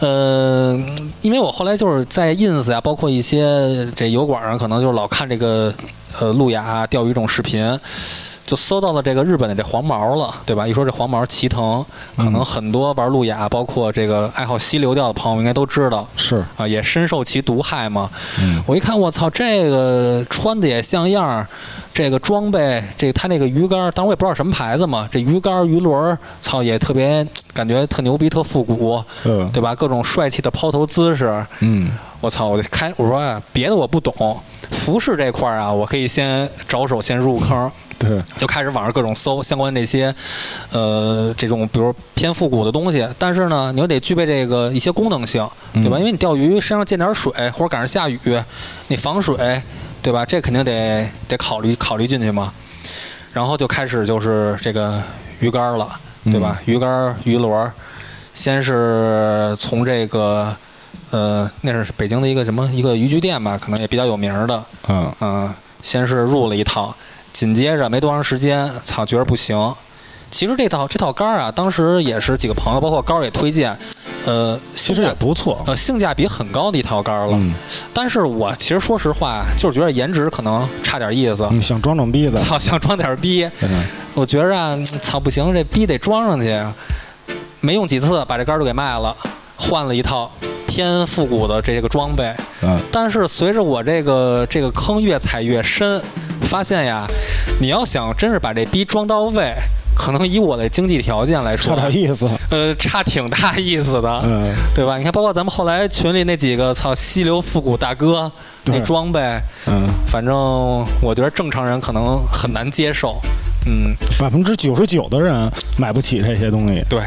B: 呃，因为我后来就是在 ins 啊呀、包括一些这油管上，可能就是老看这个呃路亚啊钓鱼这种视频，就搜到了这个日本的这黄毛了，对吧？一说这黄毛齐藤，可能很多玩路亚，包括这个爱好溪流钓的朋友应该都知道，
A: 是，
B: 啊，也深受其毒害嘛。
A: 嗯
B: 我一看，我操，这个穿的也像样儿，这个装备，这他那个鱼竿儿，当然我也不知道什么牌子嘛，这鱼竿儿、鱼轮儿，操，也特别感觉特牛逼，特复古，
A: 嗯
B: 对吧？各种帅气的抛投姿势，
A: 嗯，
B: 我操，我就开我说啊，别的我不懂，服饰这块儿啊，我可以先着手先入坑。
A: 对，
B: 就开始网上各种搜相关这些，呃，这种比如偏复古的东西，但是呢，你又得具备这个一些功能性，对吧？因为你钓鱼身上溅点水，或者赶上下雨，你防水，对吧？这肯定得得考虑考虑进去嘛。然后就开始就是这个鱼竿儿了，对吧？鱼竿儿、鱼轮儿，先是从这个呃，那是北京的一个什么一个渔具店吧，可能也比较有名儿的，
A: 嗯
B: 嗯，先是入了一套，紧接着没多长时间，操，觉得不行。其实这套这套杆儿啊，当时也是几个朋友，包括高儿也推荐，呃，
A: 其
B: 其
A: 实也不错，
B: 呃性价比很高的一套杆儿了。
A: 嗯
B: 但是我其实说实话，就是觉得颜值可能差点意思。
A: 你想装装逼的，
B: 操，想装点儿逼，
A: 嗯
B: 我觉着啊，操不行，这逼得装上去。没用几次，把这杆儿就给卖了，换了一套偏复古的这个装备。
A: 嗯
B: 但是随着我这个这个坑越踩越深，发现呀，你要想真是把这逼装到位，可能以我的经济条件来
A: 差
B: 说，
A: 点意思，
B: 呃，差挺大意思的，
A: 嗯
B: 对吧？你看，包括咱们后来群里那几个操溪流复古大哥
A: 对
B: 那装备，
A: 嗯，
B: 反正我觉得正常人可能很难接受。嗯，
A: 百分之九十九的人买不起这些东西，
B: 对，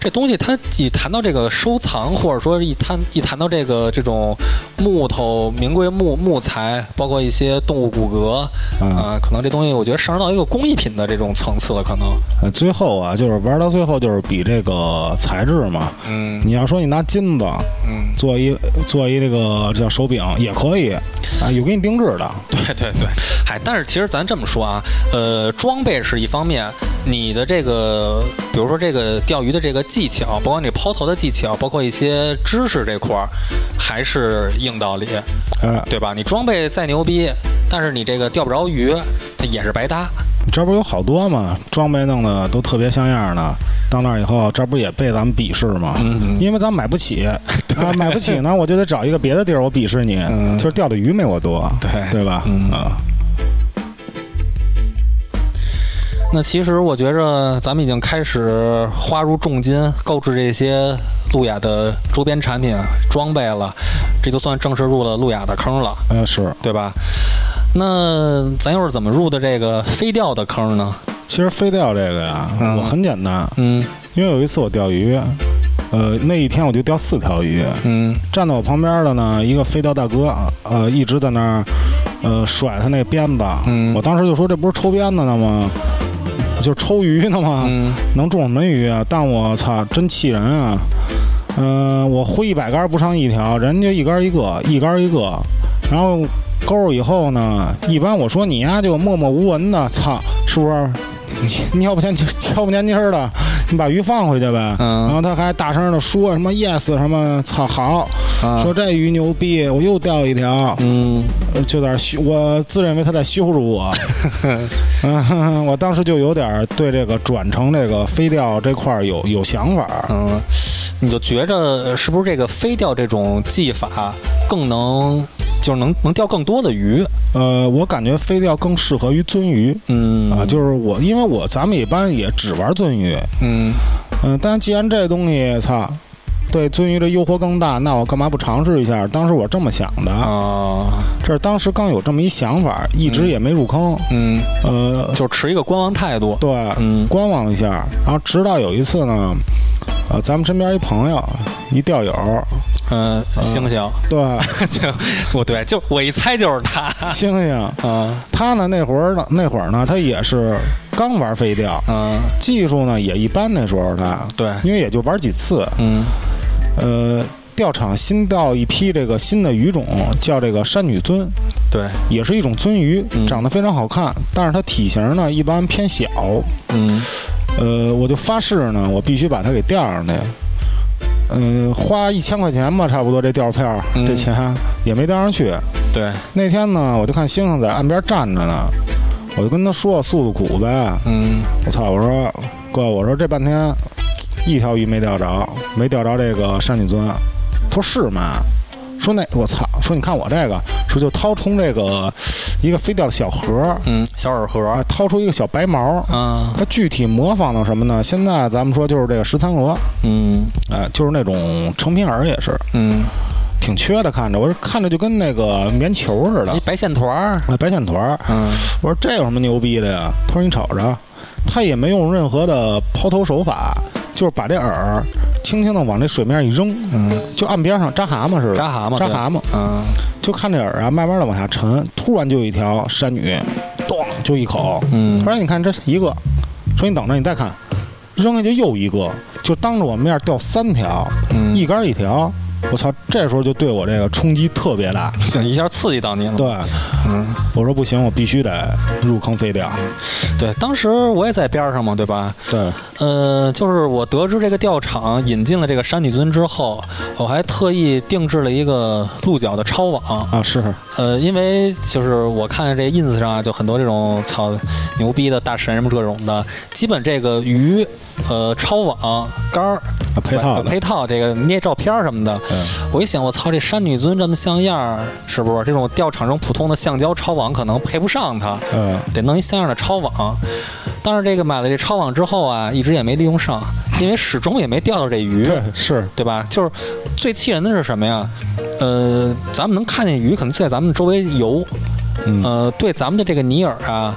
B: 这东西它一谈到这个收藏，或者说一谈一谈到这个这种木头、名贵木木材，包括一些动物骨骼，
A: 嗯
B: 啊、可能这东西我觉得上升到一个工艺品的这种层次了，可能，
A: 呃，最后啊，就是玩到最后就是比这个材质嘛。
B: 嗯
A: 你要说你拿金子
B: 嗯，
A: 做一做一这个叫手柄也可以啊，有给你定制的，
B: 对对对，哎，但是其实咱这么说啊，呃，装备是一方面，你的这个，比如说这个钓鱼的这个技巧，包括你抛投的技巧，包括一些知识这块儿，还是硬道理。
A: 呃，
B: 对吧？你装备再牛逼，但是你这个钓不着鱼，它也是白搭。
A: 这不有好多嘛，装备弄得都特别像样的。到那儿以后，这不也被咱们鄙视吗？
B: 嗯
A: 因为咱买不起 啊，买不起呢，我就得找一个别的地儿我鄙视你，
B: 嗯
A: 就是钓的鱼没我多，
B: 对
A: 对吧？
B: 嗯
A: 啊，
B: 那其实我觉着咱们已经开始花入重金购置这些路亚的周边产品装备了，这就算正式入了路亚的坑了，
A: 呃是，
B: 对吧？那咱又是怎么入的这个飞钓的坑呢？
A: 其实飞钓这个呀，
B: 嗯
A: 我很简单，
B: 嗯
A: 因为有一次我钓鱼，呃，那一天我就钓四条鱼，
B: 嗯
A: 站在我旁边的呢一个飞钓大哥，呃，一直在那儿，呃，甩他那鞭子。
B: 嗯
A: 我当时就说这不是抽鞭子呢吗？就是抽鱼呢吗？
B: 嗯
A: 能中什么鱼啊？但我操，真气人啊！嗯、我挥一百杆儿不上一条，人家一杆儿一个，一杆儿一个，然后钩儿以后呢，一般我说你呀、就默默无闻的，操，是不是？ 你尿不粘筋，敲不粘筋儿的，你把鱼放回去呗。然
B: 嗯
A: 后他还大声的说什么 yes 什么操好，
B: 啊
A: 说这鱼牛逼，我又钓一条，
B: 嗯
A: 呃就在那儿羞，我自认为他在羞辱我。嗯，我当时就有点儿对这个转成这个飞钓这块儿有有想法儿。
B: 嗯，你就觉着是不是这个飞钓这种技法更能就是能能钓更多的鱼？
A: 呃，我感觉飞钓更适合于鳟鱼
B: 嗯
A: 啊，就是我，因为我咱们一般也只玩鳟鱼，
B: 嗯
A: 嗯，但既然这东西操，对鳟鱼的诱惑更大，那我干嘛不尝试一下？当时我这么想的，
B: 啊
A: 这是当时刚有这么一想法儿，一直也没入坑。
B: 嗯，
A: 呃，
B: 就持一个观望态度。
A: 对，
B: 嗯
A: 观望一下，然后直到有一次呢，呃，咱们身边一朋友，一钓友，
B: 嗯，星星，
A: 对，
B: 就 我对，就我一猜就是他。
A: 星星，
B: 嗯
A: 他呢那会儿呢那会儿呢，他也是刚玩飞钓，
B: 嗯，
A: 技术呢也一般，那时候他，
B: 对，
A: 因为也就玩几次，
B: 嗯
A: 呃，钓场新钓一批这个新的鱼种，叫这个山女鳟，
B: 对，
A: 也是一种鳟鱼，
B: 嗯
A: 长得非常好看，但是它体型呢一般偏小，
B: 嗯
A: 呃，我就发誓呢，我必须把它给钓上去。嗯、花一千块钱吧，差不多这钓票儿、
B: 嗯
A: 这钱也没钓上去。
B: 对，
A: 那天呢，我就看星星在岸边站着呢，我就跟他说速度苦呗。
B: 嗯
A: 我操！我说哥，我说这半天一条鱼没钓着，没钓着这个山女尊。他说是吗？说那我操！说你看我这个，说就掏出这个一个飞钓的小盒，
B: 嗯，小耳盒
A: 啊，掏出一个小白毛。
B: 啊，
A: 它具体模仿的什么呢？现在咱们说就是这个石蚕蛾，
B: 嗯
A: 哎，就是那种成品饵也是
B: 嗯，
A: 挺缺的，看着我说看着就跟那个棉球似的
B: 一，白线团儿，
A: 啊，白线团儿。
B: 嗯
A: 我说这有什么牛逼的呀？他说你瞅着，他也没用任何的抛投手法，就是把这饵轻轻的往这水面一扔，
B: 嗯，
A: 就岸边上扎蛤蟆似的，
B: 扎蛤蟆，
A: 扎
B: 对
A: 蛤蟆，
B: 嗯
A: 就看这饵啊慢慢的往下沉，突然就一条山女，咚就一口，
B: 嗯
A: 他说你看这是一个，说你等着你再看，扔下去又一个，就当着我面钓三条，
B: 嗯，
A: 一杆一条，我操，这时候就对我这个冲击特别大，
B: 一下刺激到你了，
A: 对
B: 嗯。
A: 我说不行，我必须得入坑飞钓，
B: 对，当时我也在边儿上嘛，对吧？
A: 对。
B: 呃，就是我得知这个钓场引进了这个山女尊之后，我还特意定制了一个鹿角的抄网。
A: 啊，是
B: 呃，因为就是我看这 ins 上啊，就很多这种操牛逼的大神什么这种的，基本这个鱼，呃，抄网杆儿
A: 啊配套的
B: 配套这个捏照片儿什么的。
A: 嗯
B: 我一想，我操，这山女尊这么像样儿，是不是？这种钓场中普通的橡胶抄网可能配不上它。
A: 嗯，
B: 得弄一像样的抄网。但是这个买了这抄网之后啊，一直也没利用上，因为始终也没钓到这鱼，
A: 对，是，
B: 对吧？就是最气人的是什么呀？呃，咱们能看见鱼，可能就在咱们周围游，
A: 嗯
B: 呃，对咱们的这个泥饵啊，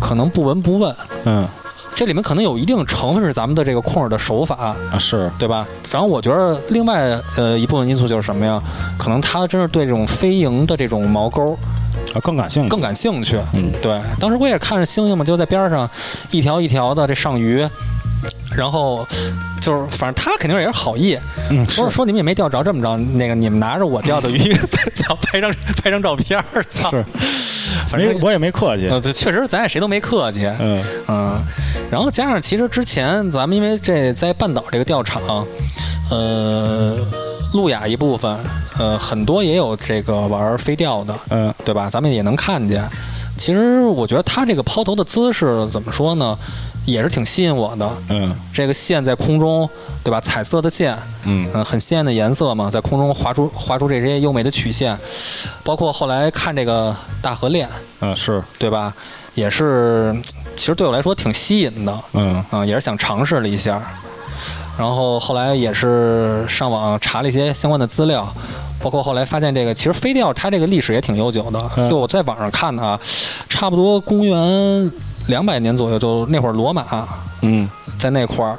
B: 可能不闻不问。
A: 嗯
B: 这里面可能有一定成分是咱们的这个控饵的手法，
A: 啊，是，
B: 对吧？然后我觉得另外呃一部分因素就是什么呀？可能他真是对这种飞蝇的这种毛钩
A: 啊，更感性，
B: 更感兴趣。
A: 嗯，
B: 对，当时我也看着星星嘛，就在边上一条一条的这上鱼，然后就是反正他肯定也是好意，
A: 嗯，
B: 说说你们也没钓着，这么着，那个你们拿着我钓的鱼， 操，拍张拍张照片儿，操，
A: 是，
B: 反
A: 没
B: 正，。
A: 我也没客气，
B: 呃，对，确实，咱也谁都没客气，
A: 嗯
B: 嗯，然后加上其实之前咱们因为这在半岛这个钓场，呃，路亚一部分，呃，很多也有这个玩飞钓的，
A: 嗯
B: 对吧？咱们也能看见。其实我觉得他这个抛投的姿势怎么说呢，也是挺吸引我的。
A: 嗯
B: 这个线在空中，对吧？彩色的线，
A: 嗯
B: 嗯、很鲜艳的颜色嘛，在空中划出划出这些优美的曲线。包括后来看这个大河恋，
A: 啊，是，
B: 对吧？也是，其实对我来说挺吸引的，
A: 嗯
B: 嗯、也是想尝试了一下。然后后来也是上网查了一些相关的资料，包括后来发现这个其实飞钓它这个历史也挺悠久的。
A: 嗯
B: 就我在网上看的啊，差不多公元两百年左右，就那会儿罗马
A: 嗯
B: 在那块儿，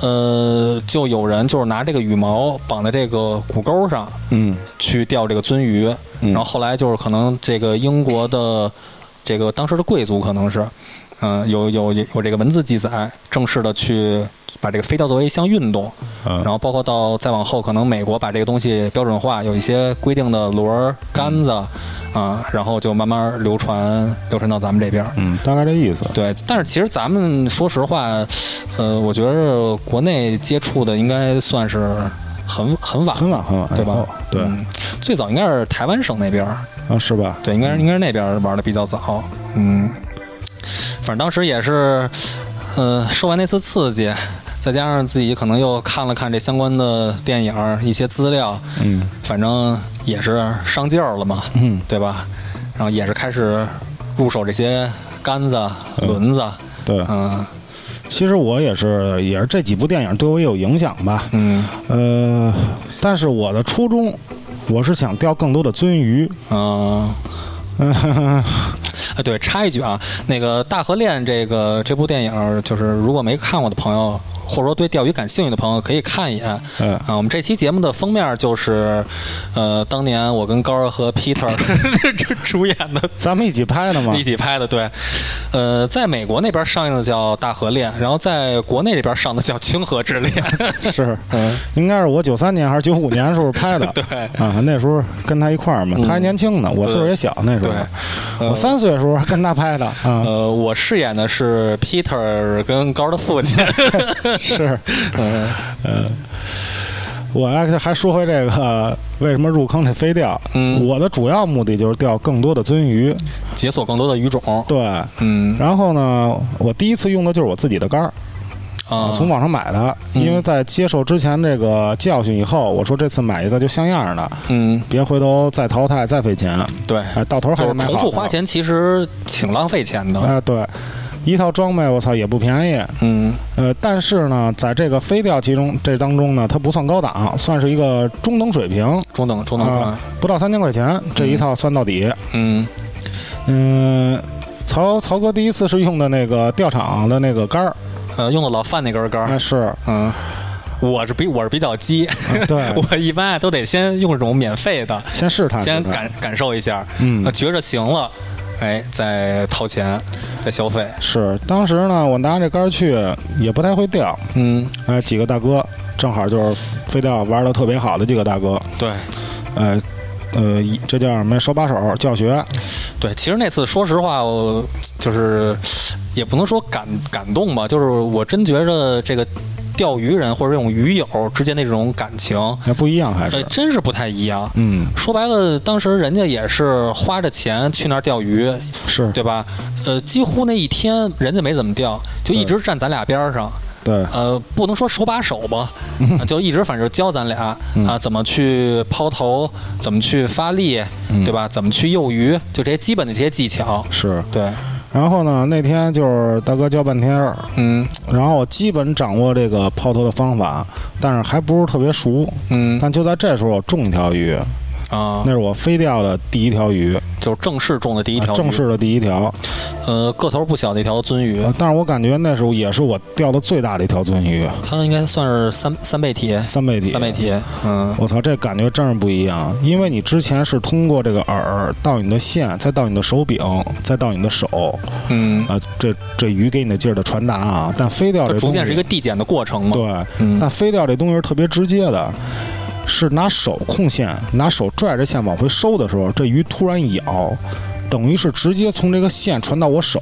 B: 呃，就有人就是拿这个羽毛绑在这个骨钩上
A: 嗯
B: 去钓这个鳟鱼，
A: 嗯
B: 然后后来就是可能这个英国的这个当时的贵族可能是。嗯、有有有这个文字记载，正式的去把这个飞钓作为一项运动，
A: 嗯，
B: 然后包括到再往后，可能美国把这个东西标准化，有一些规定的轮儿、杆子啊、然后就慢慢流传流传到咱们这边儿。
A: 嗯，大概这意思，
B: 对，但是其实咱们说实话，呃，我觉得国内接触的应该算是很很晚，
A: 很晚很晚，
B: 对
A: 以后
B: 吧？
A: 对，
B: 嗯最早应该是台湾省那边儿，
A: 啊，是吧？
B: 对，应该是应该是那边儿玩的比较早，嗯，反正当时也是，呃，受完那次刺激，再加上自己可能又看了看这相关的电影儿一些资料，
A: 嗯
B: 反正也是上劲儿了嘛，
A: 嗯，
B: 对吧？然后也是开始入手这些杆子、
A: 嗯
B: 轮子，
A: 对，
B: 嗯
A: 其实我也是，也是这几部电影对我有影响吧，
B: 嗯
A: 呃，但是我的初衷，我是想钓更多的鳟鱼，
B: 嗯。
A: 嗯，
B: 啊，对，插一句啊，那个《大河恋》这个这部电影儿，就是如果没看过的朋友，或者说对钓鱼感兴趣的朋友可以看一眼。
A: 嗯
B: 啊，我们这期节目的封面就是，呃，当年我跟高儿和 Peter 主主演的
A: 咱们一起拍的嘛
B: 一。起拍的，对，呃，在美国那边上映的叫《大河恋》，然后在国内这边上的叫《清河之恋》。
A: 是，
B: 嗯，
A: 应该是我九三年还是九五年的时候拍的。
B: 对嗯
A: 啊，那时候跟他一块儿嘛，他还年轻呢，我岁数也小那时
B: 对
A: 候，，
B: 呃
A: 我三岁的时候还跟他拍的啊，
B: 呃，我饰演的是 Peter 跟高儿的父亲。
A: 是。呃
B: 嗯
A: 我还还说回这个呃为什么入坑这飞钓，
B: 嗯
A: 我的主要目的就是钓更多的鳟鱼。
B: 解锁更多的鱼种。
A: 对，
B: 嗯
A: 然后呢，我第一次用的就是我自己的杆儿，
B: 啊，
A: 从网上买的，
B: 嗯
A: 因为在接受之前这个教训以后，我说这次买一个就像样儿的，
B: 嗯
A: 别回头再淘汰再费钱，
B: 对，
A: 哎，到头还
B: 就是是
A: 买好
B: 重
A: 的
B: 复花。钱其实挺浪费钱的。
A: 哎，对，一套装备我操也不便宜，
B: 嗯
A: 呃，但是呢，在这个飞钓其中这当中呢，它不算高档，算是一个中等水平，
B: 中等中等
A: 啊
B: 款。
A: 不到三千块钱这一套算到底。
B: 嗯
A: 嗯，曹曹哥第一次是用的那个钓场的那个杆儿，
B: 呃，用的老范那根杆
A: 哎
B: 儿。
A: 是，
B: 嗯，我是比我是比较鸡，
A: 嗯对，
B: 我一般啊都得先用这种免费啊的，
A: 先试探，
B: 先
A: 试探，
B: 感感受一下，
A: 嗯
B: 呃，觉着行了，哎，再掏钱，再消费。
A: 是。当时呢，我拿这杆儿去也不太会钓，
B: 嗯，
A: 哎，几个大哥正好就是飞钓玩的特别好的几个大哥，
B: 对
A: 哎，呃，一这叫什么呀手把手教学，
B: 对，其实那次说实话，我就是也不能说感感动吧，就是我真觉着这个钓鱼人或者这种鱼友之间那种感情，
A: 哎，不一样还
B: 呃，
A: 是，
B: 真是不太一样。
A: 嗯，
B: 说白了，当时人家也是花着钱去那儿钓鱼，
A: 是
B: 对吧？呃，几乎那一天人家没怎么钓，就一直站咱俩边儿上。
A: 对，
B: 呃，不能说手把手 吧，啊就一直反正教咱俩
A: 嗯
B: 啊，怎么去抛头，怎么去发力，
A: 嗯
B: 对吧？怎么去诱鱼，就这些基本的这些技巧。
A: 是。
B: 对，
A: 然后呢，那天就是大哥教半天儿，
B: 嗯
A: 然后我基本掌握这个抛投的方法，但是还不是特别熟。
B: 嗯
A: 但就在这时候，我中一条鱼，
B: 啊
A: 那，是我飞钓的第一条鱼，
B: 就是正式中的第一
A: 啊
B: 条鱼，
A: 正式的第一条。
B: 呃个头不小的一条鳟鱼
A: 呃，但是我感觉那时候也是我钓的最大的一条鳟鱼，
B: 它应该算是三三倍体，
A: 三倍体。
B: 三倍。体，嗯
A: 我操，这感觉真是不一样，因为你之前是通过这个饵到你的线，再到你的手柄，再到你的手，
B: 嗯，
A: 啊、这这鱼给你的劲儿的传达啊。但飞钓
B: 它
A: 这
B: 逐
A: 东西
B: 渐是一个递减的过程嘛。
A: 对，
B: 嗯
A: 但飞钓这东西是特别直接的，是拿手控线，拿手拽着线往回收的时候，这鱼突然一咬，等于是直接从这个线传到我手，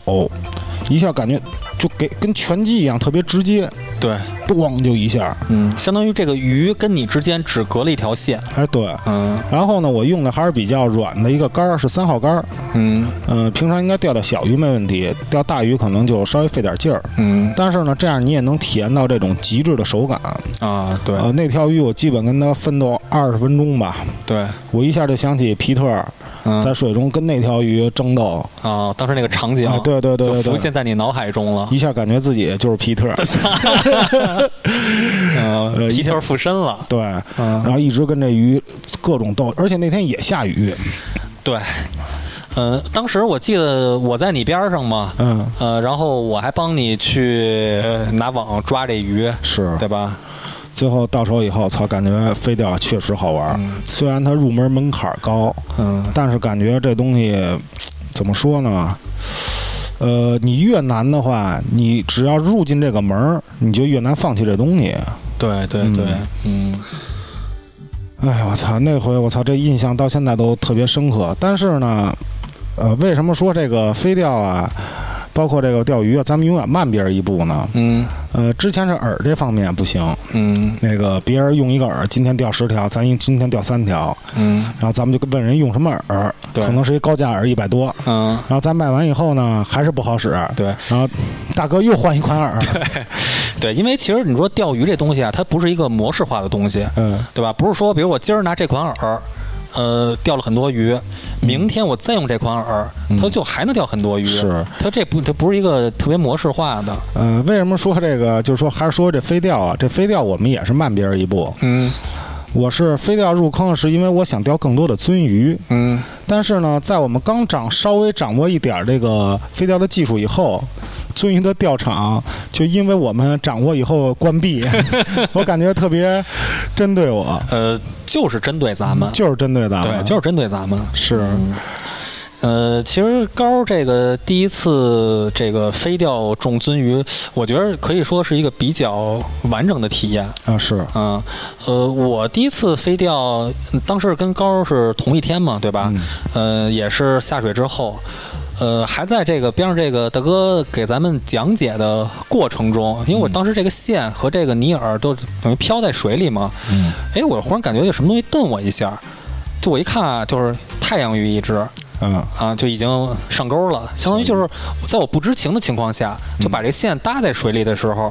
A: 一下感觉就给跟拳击一样，特别直接，
B: 对，
A: 咣就一下，
B: 嗯，相当于这个鱼跟你之间只隔了一条线。
A: 哎对。
B: 嗯
A: 然后呢，我用的还是比较软的一个杆儿，是三号杆儿。
B: 嗯
A: 嗯、平常应该钓钓小鱼没问题，钓大鱼可能就稍微费点劲儿。
B: 嗯
A: 但是呢，这样你也能体验到这种极致的手感。
B: 啊，对
A: 呃，那条鱼我基本跟它奋斗二十分钟吧，
B: 对，
A: 我一下就想起皮特儿
B: 嗯
A: 在水中跟那条鱼争斗，
B: 啊，当时那个场景
A: 啊，，对对对对
B: 就浮
A: 对，
B: 现在你脑海中了。
A: 一下感觉自己就是皮 特儿，呃
B: 嗯，皮
A: 一下
B: 特附身了。
A: 对，
B: 嗯，
A: 然后一直跟这鱼各种斗，而且那天也下雨，
B: 对。呃，当时我记得我在你边上嘛，
A: 嗯，
B: 呃，然后我还帮你去拿网抓这鱼，
A: 是，
B: 对吧？
A: 最后到手以后，操，感觉飞钓确实好玩儿，虽然它入门门槛儿高，
B: 嗯
A: 但是感觉这东西怎么说呢？呃，你越难的话，你只要入进这个门儿，你就越难放弃这东西。，
B: 对对对，嗯
A: 哎，我操，那回我操，这印象到现在都特别深刻。但是呢，呃，为什么说这个飞钓啊，包括这个钓鱼啊，咱们永远慢别人一步呢？
B: 嗯
A: 呃，之前是饵这方面不行，
B: 嗯
A: 那个别人用一个饵，今天钓十条，咱用今天钓三条，
B: 嗯
A: 然后咱们就问人用什么饵，
B: 对
A: 可能是一高价饵一百多，
B: 嗯，
A: 然后咱卖完以后呢，还是不好使，
B: 对
A: 然后大哥又换一款饵，
B: 对，因为其实你说钓鱼这东西啊，它不是一个模式化的东西，
A: 嗯，
B: 对吧？不是说，比如我今儿拿这款饵，呃，钓了很多鱼，明天我再用这款饵，它就还能钓很多鱼。
A: 是，
B: 它这不，它不是一个特别模式化的。
A: 呃，为什么说这个，就是说还是说这飞钓啊，这飞钓我们也是慢别人一步，
B: 嗯
A: 我是非得要入坑，是因为我想钓更多的鳟鱼。
B: 嗯
A: 但是呢，在我们刚掌稍微掌握一点儿这个飞钓的技术以后，鳟鱼的钓场就因为我们掌握以后关 闭，我感觉特别针对我，
B: 呃，就是针对咱们，
A: 就是啊针对的，
B: 对，就是嗯针对咱们。
A: 是，
B: 呃，其实高这个第一次这个飞钓中鳟鱼，我觉得可以说是一个比较完整的体验。
A: 啊是，
B: 嗯，呃，我第一次飞钓，嗯当时跟高是同一天嘛，对
A: 嗯
B: 吧？呃，也是下水之后，呃，还在这个边上这个大哥给咱们讲解的过程中，因为我当时这个线和这个尼尔都等于飘在水里嘛，
A: 嗯，
B: 哎，我忽然感觉有什么东西蹬我一下，就我一看啊，就是太阳鱼一只，
A: 嗯
B: 啊，就已经上钩了，相当于就是在我不知情的情况下，就把这线搭在水里的时候，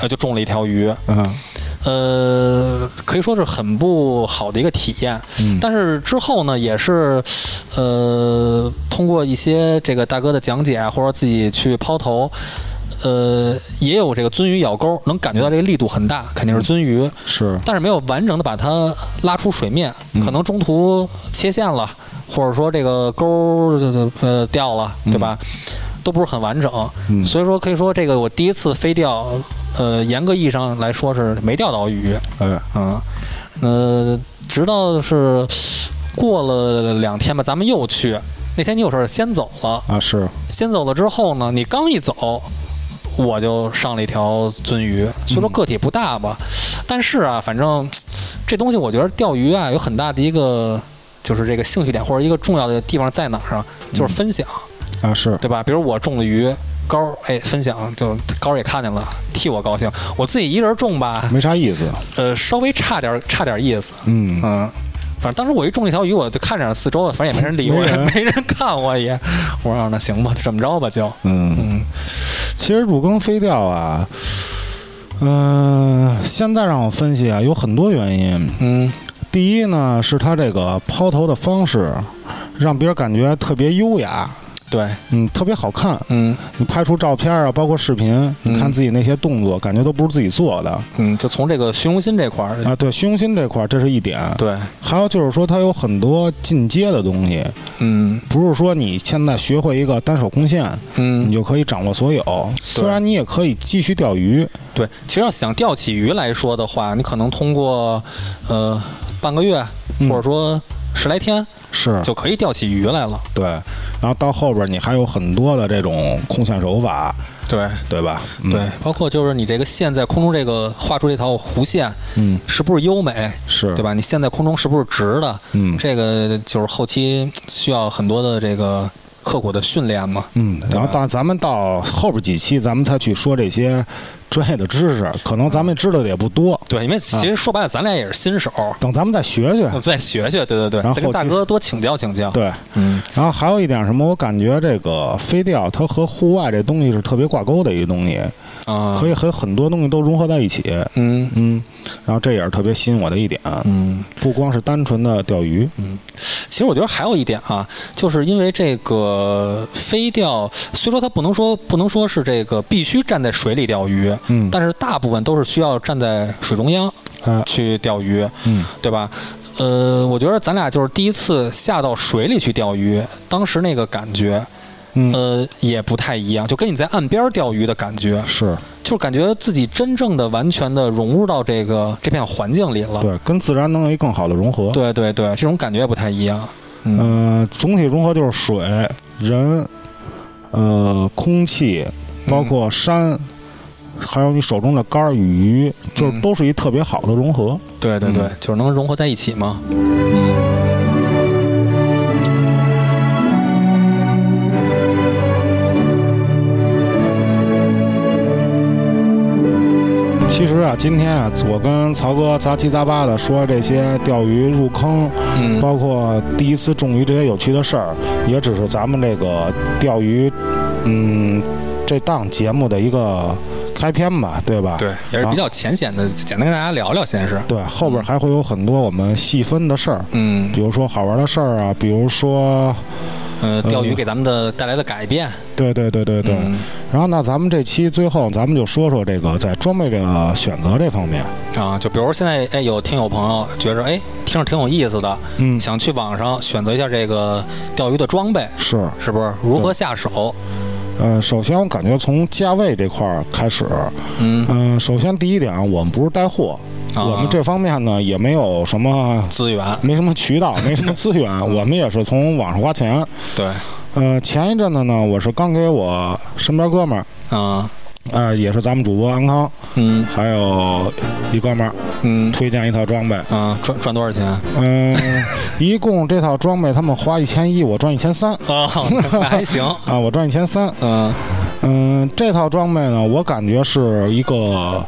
B: 呃，就中了一条鱼，
A: 嗯
B: 呃，可以说是很不好的一个体验。
A: 嗯
B: 但是之后呢，也是，呃，通过一些这个大哥的讲解啊，或者自己去抛头。呃，也有这个鳟鱼咬钩，能感觉到这个力度很大，肯定是鳟鱼。
A: 是，
B: 但是没有完整的把它拉出水面，可能中途切线了，或者说这个钩儿呃掉了，对吧？都不是很完整，
A: 嗯
B: 所以说可以说这个我第一次飞钓，呃，严格意义上来说是没钓到鱼，
A: 哎
B: 嗯，呃，直到是过了两天吧，咱们又去，那天你有事儿先走了，
A: 啊是，
B: 先走了之后呢，你刚一走，我就上了一条鳟鱼，虽
A: 嗯
B: 说个体不大吧，但是啊，反正这东西我觉得钓鱼啊有很大的一个就是这个兴趣点或者一个重要的地方在哪儿啊，就是分享，
A: 啊是，
B: 对吧？比如我中了鱼。高儿哎，分享就高儿也看见了，替我高兴。我自己一人中吧，
A: 没啥意思，
B: 呃，稍微差点儿差点儿意思，
A: 嗯
B: 嗯，反正当时我一中那条鱼，我就看着四周，反正也没人理我，
A: 没人
B: 也没人看我也，我说啊那行吧，就这么着吧，就，
A: 嗯，其实入坑飞钓啊。嗯、现在让我分析啊，有很多原因。
B: 嗯
A: 第一呢，是他这个抛投的方式，让别人感觉特别优雅，，
B: 对，
A: 嗯，特别好看。
B: 嗯
A: 你拍出照片啊，包括视频，你看自己那些动作，感觉都不是自己做的
B: 嗯，就从这个虚荣心这块儿，
A: 啊。对，虚荣心这块儿，这是一点。
B: 对，
A: 还有就是说，它有很多进阶的东西，
B: 嗯
A: 不是说你现在学会一个单手弓线，你
B: 嗯，
A: 就可以掌握所有。虽然你也可以继续钓鱼，
B: 对。其实要想钓起鱼来说的话，你可能通过呃半个月，
A: 嗯
B: 或者说十来天，
A: 是
B: 就可以钓起鱼来了。
A: 对。然后到后边你还有很多的这种控线手法，
B: 对。
A: 对吧？嗯
B: 对，，包括就是你这个线在空中这个画出这条弧线，
A: 嗯，
B: 是不是优美，
A: 是，
B: 对吧？你线在空中是不是直的？
A: 嗯
B: 这个就是后期需要很多的这个刻苦的训练嘛。
A: 嗯，然后到咱们到后边几期，咱们再去说这些专业的知识，
B: 嗯
A: 可能咱们知道的也不多。
B: 对，因为其
A: 啊
B: 实说白了，咱俩也是新手，
A: 等咱们再学 学，
B: 再学学，对对对，
A: 然后
B: 再跟
A: 后
B: 大
A: 期
B: 哥多请教请教。，
A: 对。
B: 嗯
A: 然后还有一点什么，我感觉这个飞钓它和户外这东西是特别挂钩的一个东西，
B: 啊，
A: 可
B: 以，
A: 以和很多东西都融合在一起。
B: 嗯
A: 嗯，然后这也是特别吸引我的一点，
B: 嗯。
A: 不光是单纯的钓鱼，
B: 其实我觉得还有一点啊，就是因为这个飞钓，虽说它不能说不能说是这个必须站在水里钓鱼，
A: 嗯
B: 但是大部分都是需要站在水中央
A: 啊，
B: 去钓鱼，
A: 嗯
B: 对吧？呃，我觉得咱俩就是第一次下到水里去钓鱼，当时那个感觉，
A: 嗯，
B: 呃，也不太一样，就跟你在岸边钓鱼的感觉，
A: 是
B: 就是感觉自己真正的完全的融入到这个这片环境里了。
A: 对，跟自然能有一更好的融合。，
B: 对对对，这种感觉也不太一样。嗯
A: 嗯，总体融合就是水、人、呃，空气，
B: 嗯
A: 包括山，还有你手中的竿儿与鱼，就是
B: 嗯
A: 都是一特别好的融合。
B: 对对对
A: 嗯，
B: 就是能融合在一起嘛。
A: 其实啊，今天啊，我跟曹哥杂七杂八的说这些钓鱼入坑，
B: 嗯，
A: 包括第一次中鱼这些有趣的事儿，也只是咱们这个钓鱼，嗯，这档节目的一个开篇吧，对吧？
B: 对，也是
A: 啊
B: 比较浅显的，简单跟大家聊聊，先是。
A: 对，后边还会有很多我们细分的事儿，
B: 嗯
A: 比如说好玩的事儿啊，比如说
B: 呃，钓鱼给咱们的带来的改变。
A: 对对对对对。
B: 嗯
A: 然后那咱们这期最后咱们就说说这个在装备的选择这方面，
B: 啊，就比如现在，哎，有听友朋友觉着，哎，听着挺有意思的，
A: 嗯，
B: 想去网上选择一下这个钓鱼的装备，
A: 是
B: 是不是？如何下手？
A: 呃，首先我感觉从价位这块儿开始，
B: 嗯，
A: 嗯、首先第一点，我们不是带货，
B: 啊
A: 嗯我们这方面呢也没有什么。
B: 资源，
A: 没什么渠道，没什么资源，
B: 啊
A: 我们也是从网上花钱。
B: 对，
A: 呃，前一阵子呢，我是刚给我身边哥们儿，
B: 啊，
A: 呃，也是咱们主播安康，
B: 嗯
A: 还有一哥们儿
B: 嗯，
A: 推荐一套装备，
B: 啊，赚赚多少钱？
A: 嗯、一共这套装备他们花一千一，我赚一千三
B: 哦，那还行，
A: 啊，我赚一千三。
B: 嗯
A: 嗯，这套装备呢，我感觉是一个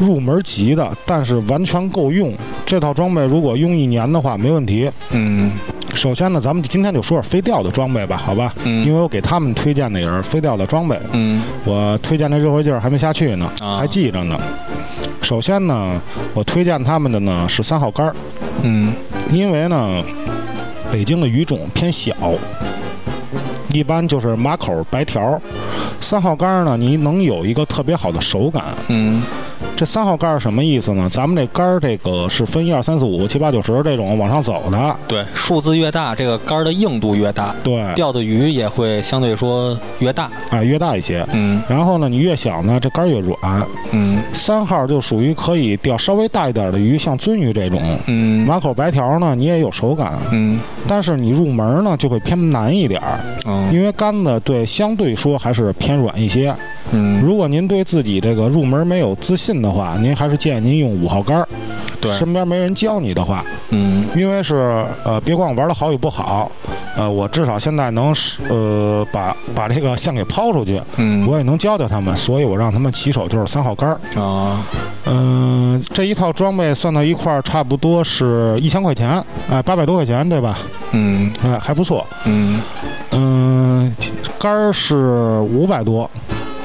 A: 入门级的，但是完全够用。这套装备如果用一年的话，没问题。
B: 嗯
A: 首先呢，咱们今天就说说飞钓的装备吧，好吧？
B: 嗯
A: 因为我给他们推荐的也是飞钓的装备，
B: 嗯
A: 我推荐的热回劲儿还没下去呢，
B: 啊
A: 还记着呢。首先呢，我推荐他们的呢是三号杆儿，
B: 嗯
A: 因为呢，北京的鱼种偏小，一般就是马口白条。三号杆儿呢，你能有一个特别好的手感。
B: 嗯
A: 这三号杆儿什么意思呢？咱们这杆儿这个是分一二三四五七八九十这种往上走的，
B: 对，数字越大，这个杆儿的硬度越大，
A: 对，
B: 钓的鱼也会相对说越大。
A: 哎，越大一些。
B: 嗯
A: 然后呢，你越小呢，这杆儿越软。
B: 嗯
A: 三号就属于可以钓稍微大一点的鱼，像鳟鱼这种。
B: 嗯
A: 马口白条呢，你也有手感，
B: 嗯
A: 但是你入门呢就会偏难一点儿，
B: 嗯
A: 因为杆子对相对说还是偏软一些。
B: 嗯，
A: 如果您对自己这个入门没有自信的话，您还是建议您用五号杆儿。
B: 对，
A: 身边没人教你的话，
B: 嗯
A: 因为是呃，别管我玩的好与不好，呃，我至少现在能呃把把这个线给抛出去，
B: 嗯，
A: 我也能教教他们，所以我让他们起手就是三号杆儿。
B: 啊，
A: 嗯、这一套装备算到一块儿，差不多是一千块钱，哎、八百多块钱，对吧？
B: 嗯
A: 哎、还不错。
B: 嗯
A: 嗯、杆儿是五百多，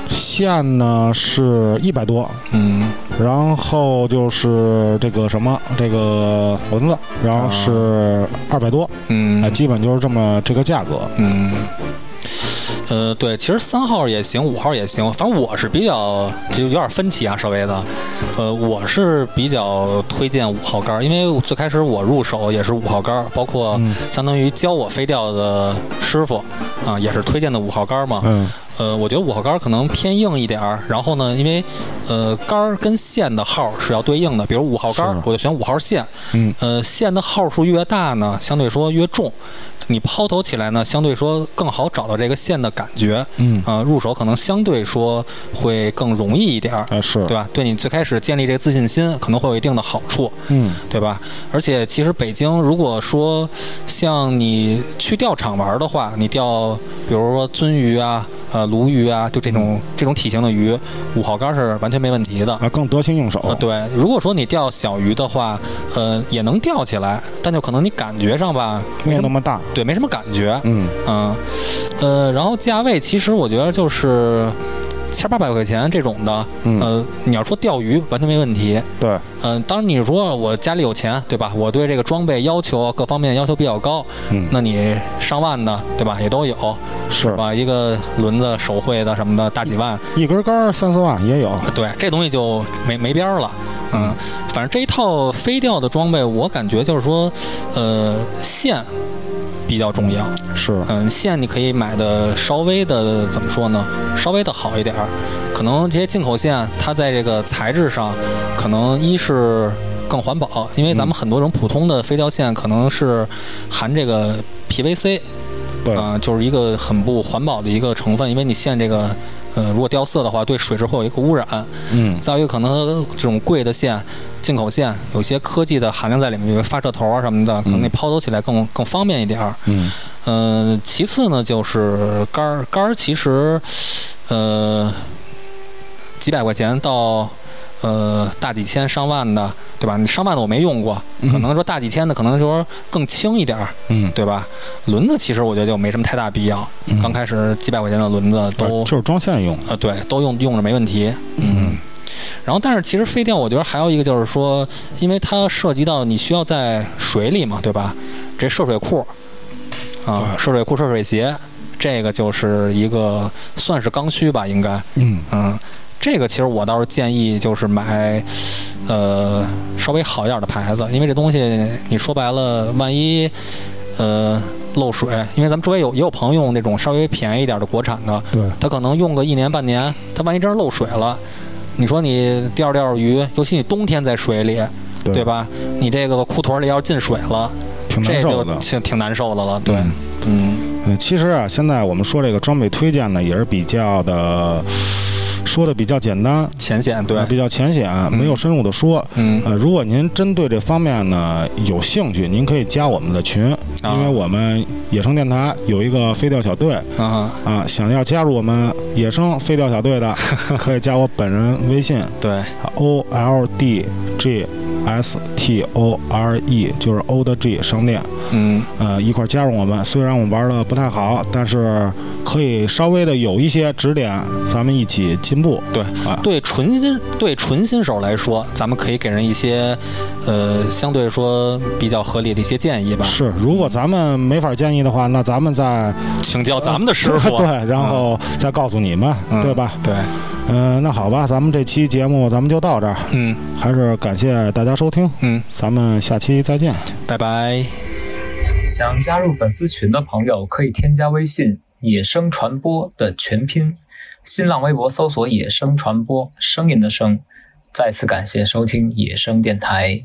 A: 线呢是一百多，
B: 嗯
A: 然后就是这个什么，这个蚊子，然后是二百多，啊、
B: 嗯
A: 基本就是这么这个价格。
B: 嗯。呃，对，其实三号也行，五号也行，反正我是比较就有点分歧啊，稍微的。呃，我是比较推荐五号杆儿，因为我最开始我入手也是五号杆儿，包括
A: 嗯
B: 相当于教我飞钓的师傅啊、也是推荐的五号杆儿嘛。
A: 嗯
B: 呃，我觉得五号杆儿可能偏硬一点儿，然后呢，因为呃杆儿跟线的号儿是要对应的，比如五号杆儿
A: 是，
B: 我就选五号线。
A: 嗯，
B: 呃，线的号数越大呢，相对说越重，你抛投起来呢，相对说更好找到这个线的感觉。
A: 嗯，
B: 呃，入手可能相对说会更容易一点儿，
A: 哎、是
B: 对，吧？对你最开始建立这个自信心，可能会有一定的好处。
A: 嗯
B: 对吧？而且其实北京，如果说像你去钓场玩的话，你钓比如说鳟鱼啊、呃鲈鱼啊，就这种、这种体型的鱼，五号竿是完全没问题的。
A: 啊，更得心应手。
B: 呃，对，如果说你钓小鱼的话，呃，也能钓起来，但就可能你感觉上吧，
A: 没
B: 没
A: 有
B: 什
A: 那
B: 么
A: 么大。
B: 对，没什么感觉，
A: 嗯
B: 嗯，呃，然后价位其实我觉得就是千八百块钱这种的，
A: 嗯、
B: 呃，你要说钓鱼完全没问题，
A: 对，
B: 嗯，当然你说我家里有钱，对吧？我对这个装备要求各方面要求比较高，
A: 嗯
B: 那你上万的，对吧？也都有，
A: 是
B: 是吧？一个轮子手绘的什么的，大几万，
A: 一根杆儿三四万也有。
B: 对，这东西就没没边儿了。嗯，反正这一套飞钓的装备，我感觉就是说，呃，线比较重要。
A: 是，
B: 嗯，线你可以买的稍微的怎么说呢？稍微的好一点儿，可能这些进口线它在这个材质上，可能一是更环保，因为咱们很多种普通的飞钓线可能是含这个 PVC
A: 对，
B: 啊、就是一个很不环保的一个成分，因为你线这个。呃，如果掉色的话，对水质会有一个污染。
A: 嗯
B: 再有一个，可能这种贵的线、进口线，有些科技的含量在里面，比如发射头啊什么的，可能你抛投起来更更方便一点儿。
A: 嗯
B: 嗯，其次呢就是杆儿，杆儿其实，呃，几百块钱到呃大几千上万的，对吧？你上万的我没用过，可能说大几千的，可能说更轻一点儿，
A: 嗯，
B: 对吧？轮子其实我觉得就没什么太大必要，
A: 嗯
B: 刚开始几百块钱的轮子
A: 啊
B: 都
A: 就是装线用。
B: 呃，对，都用用着没问题。嗯。然后，但是其实飞钓，我觉得还有一个就是说，因为它涉及到你需要在水里嘛，对吧？这涉水库，啊、啊，涉水裤、涉水鞋，这个就是一个算是刚需吧，应该，
A: 嗯，
B: 嗯，这个其实我倒是建议就是买，呃，稍微好一点的牌子，因为这东西你说白了，万一呃漏水，因为咱们周围有也有朋友用那种稍微便宜一点的国产的，
A: 对，
B: 他可能用个一年半年，他万一真是漏水了，你说你钓着钓着鱼，尤其你冬天在水里，
A: 对
B: 对吧？你这个裤腿里要是进水了，
A: 挺难
B: 这
A: 受
B: 就
A: 的。
B: 挺挺难受的了，对，
A: 嗯
B: 嗯，
A: 嗯，其实啊，现在我们说这个装备推荐呢，也是比较的，说的比较简单，
B: 浅显，对
A: 呃，比较浅显，没有深入的说。
B: 嗯
A: 呃，如果您针对这方面呢有兴趣，您可以加我们的群，因为我们野生电台有一个飞钓小队
B: 啊，
A: 啊，想要加入我们野生飞钓小队的，可以加我本人微信
B: 对，
A: O L D G S T O R E，就是 Old G 商店，
B: 嗯，
A: 呃，一块儿加入我们。虽然我们玩的不太好，但是可以稍微的有一些指点，咱们一起进步。
B: 对
A: 啊，
B: 对纯新对纯新手来说，咱们可以给人一些，呃，相对说比较合理的一些建议吧。
A: 是，如果咱们没法建议的话，那咱们再嗯
B: 请教咱们的师 傅。
A: 对，然后再告诉你们，
B: 嗯
A: 对吧？
B: 对，
A: 嗯、那好吧，咱们这期节目咱们就到这儿，
B: 嗯
A: 还是感谢大家收听，
B: 嗯，
A: 咱们下期再见。
B: 拜拜。
D: 想加入粉丝群的朋友可以添加微信“野生传播”的全拼，新浪微博搜索“野生传播”，声音的声。再次感谢收听野生电台。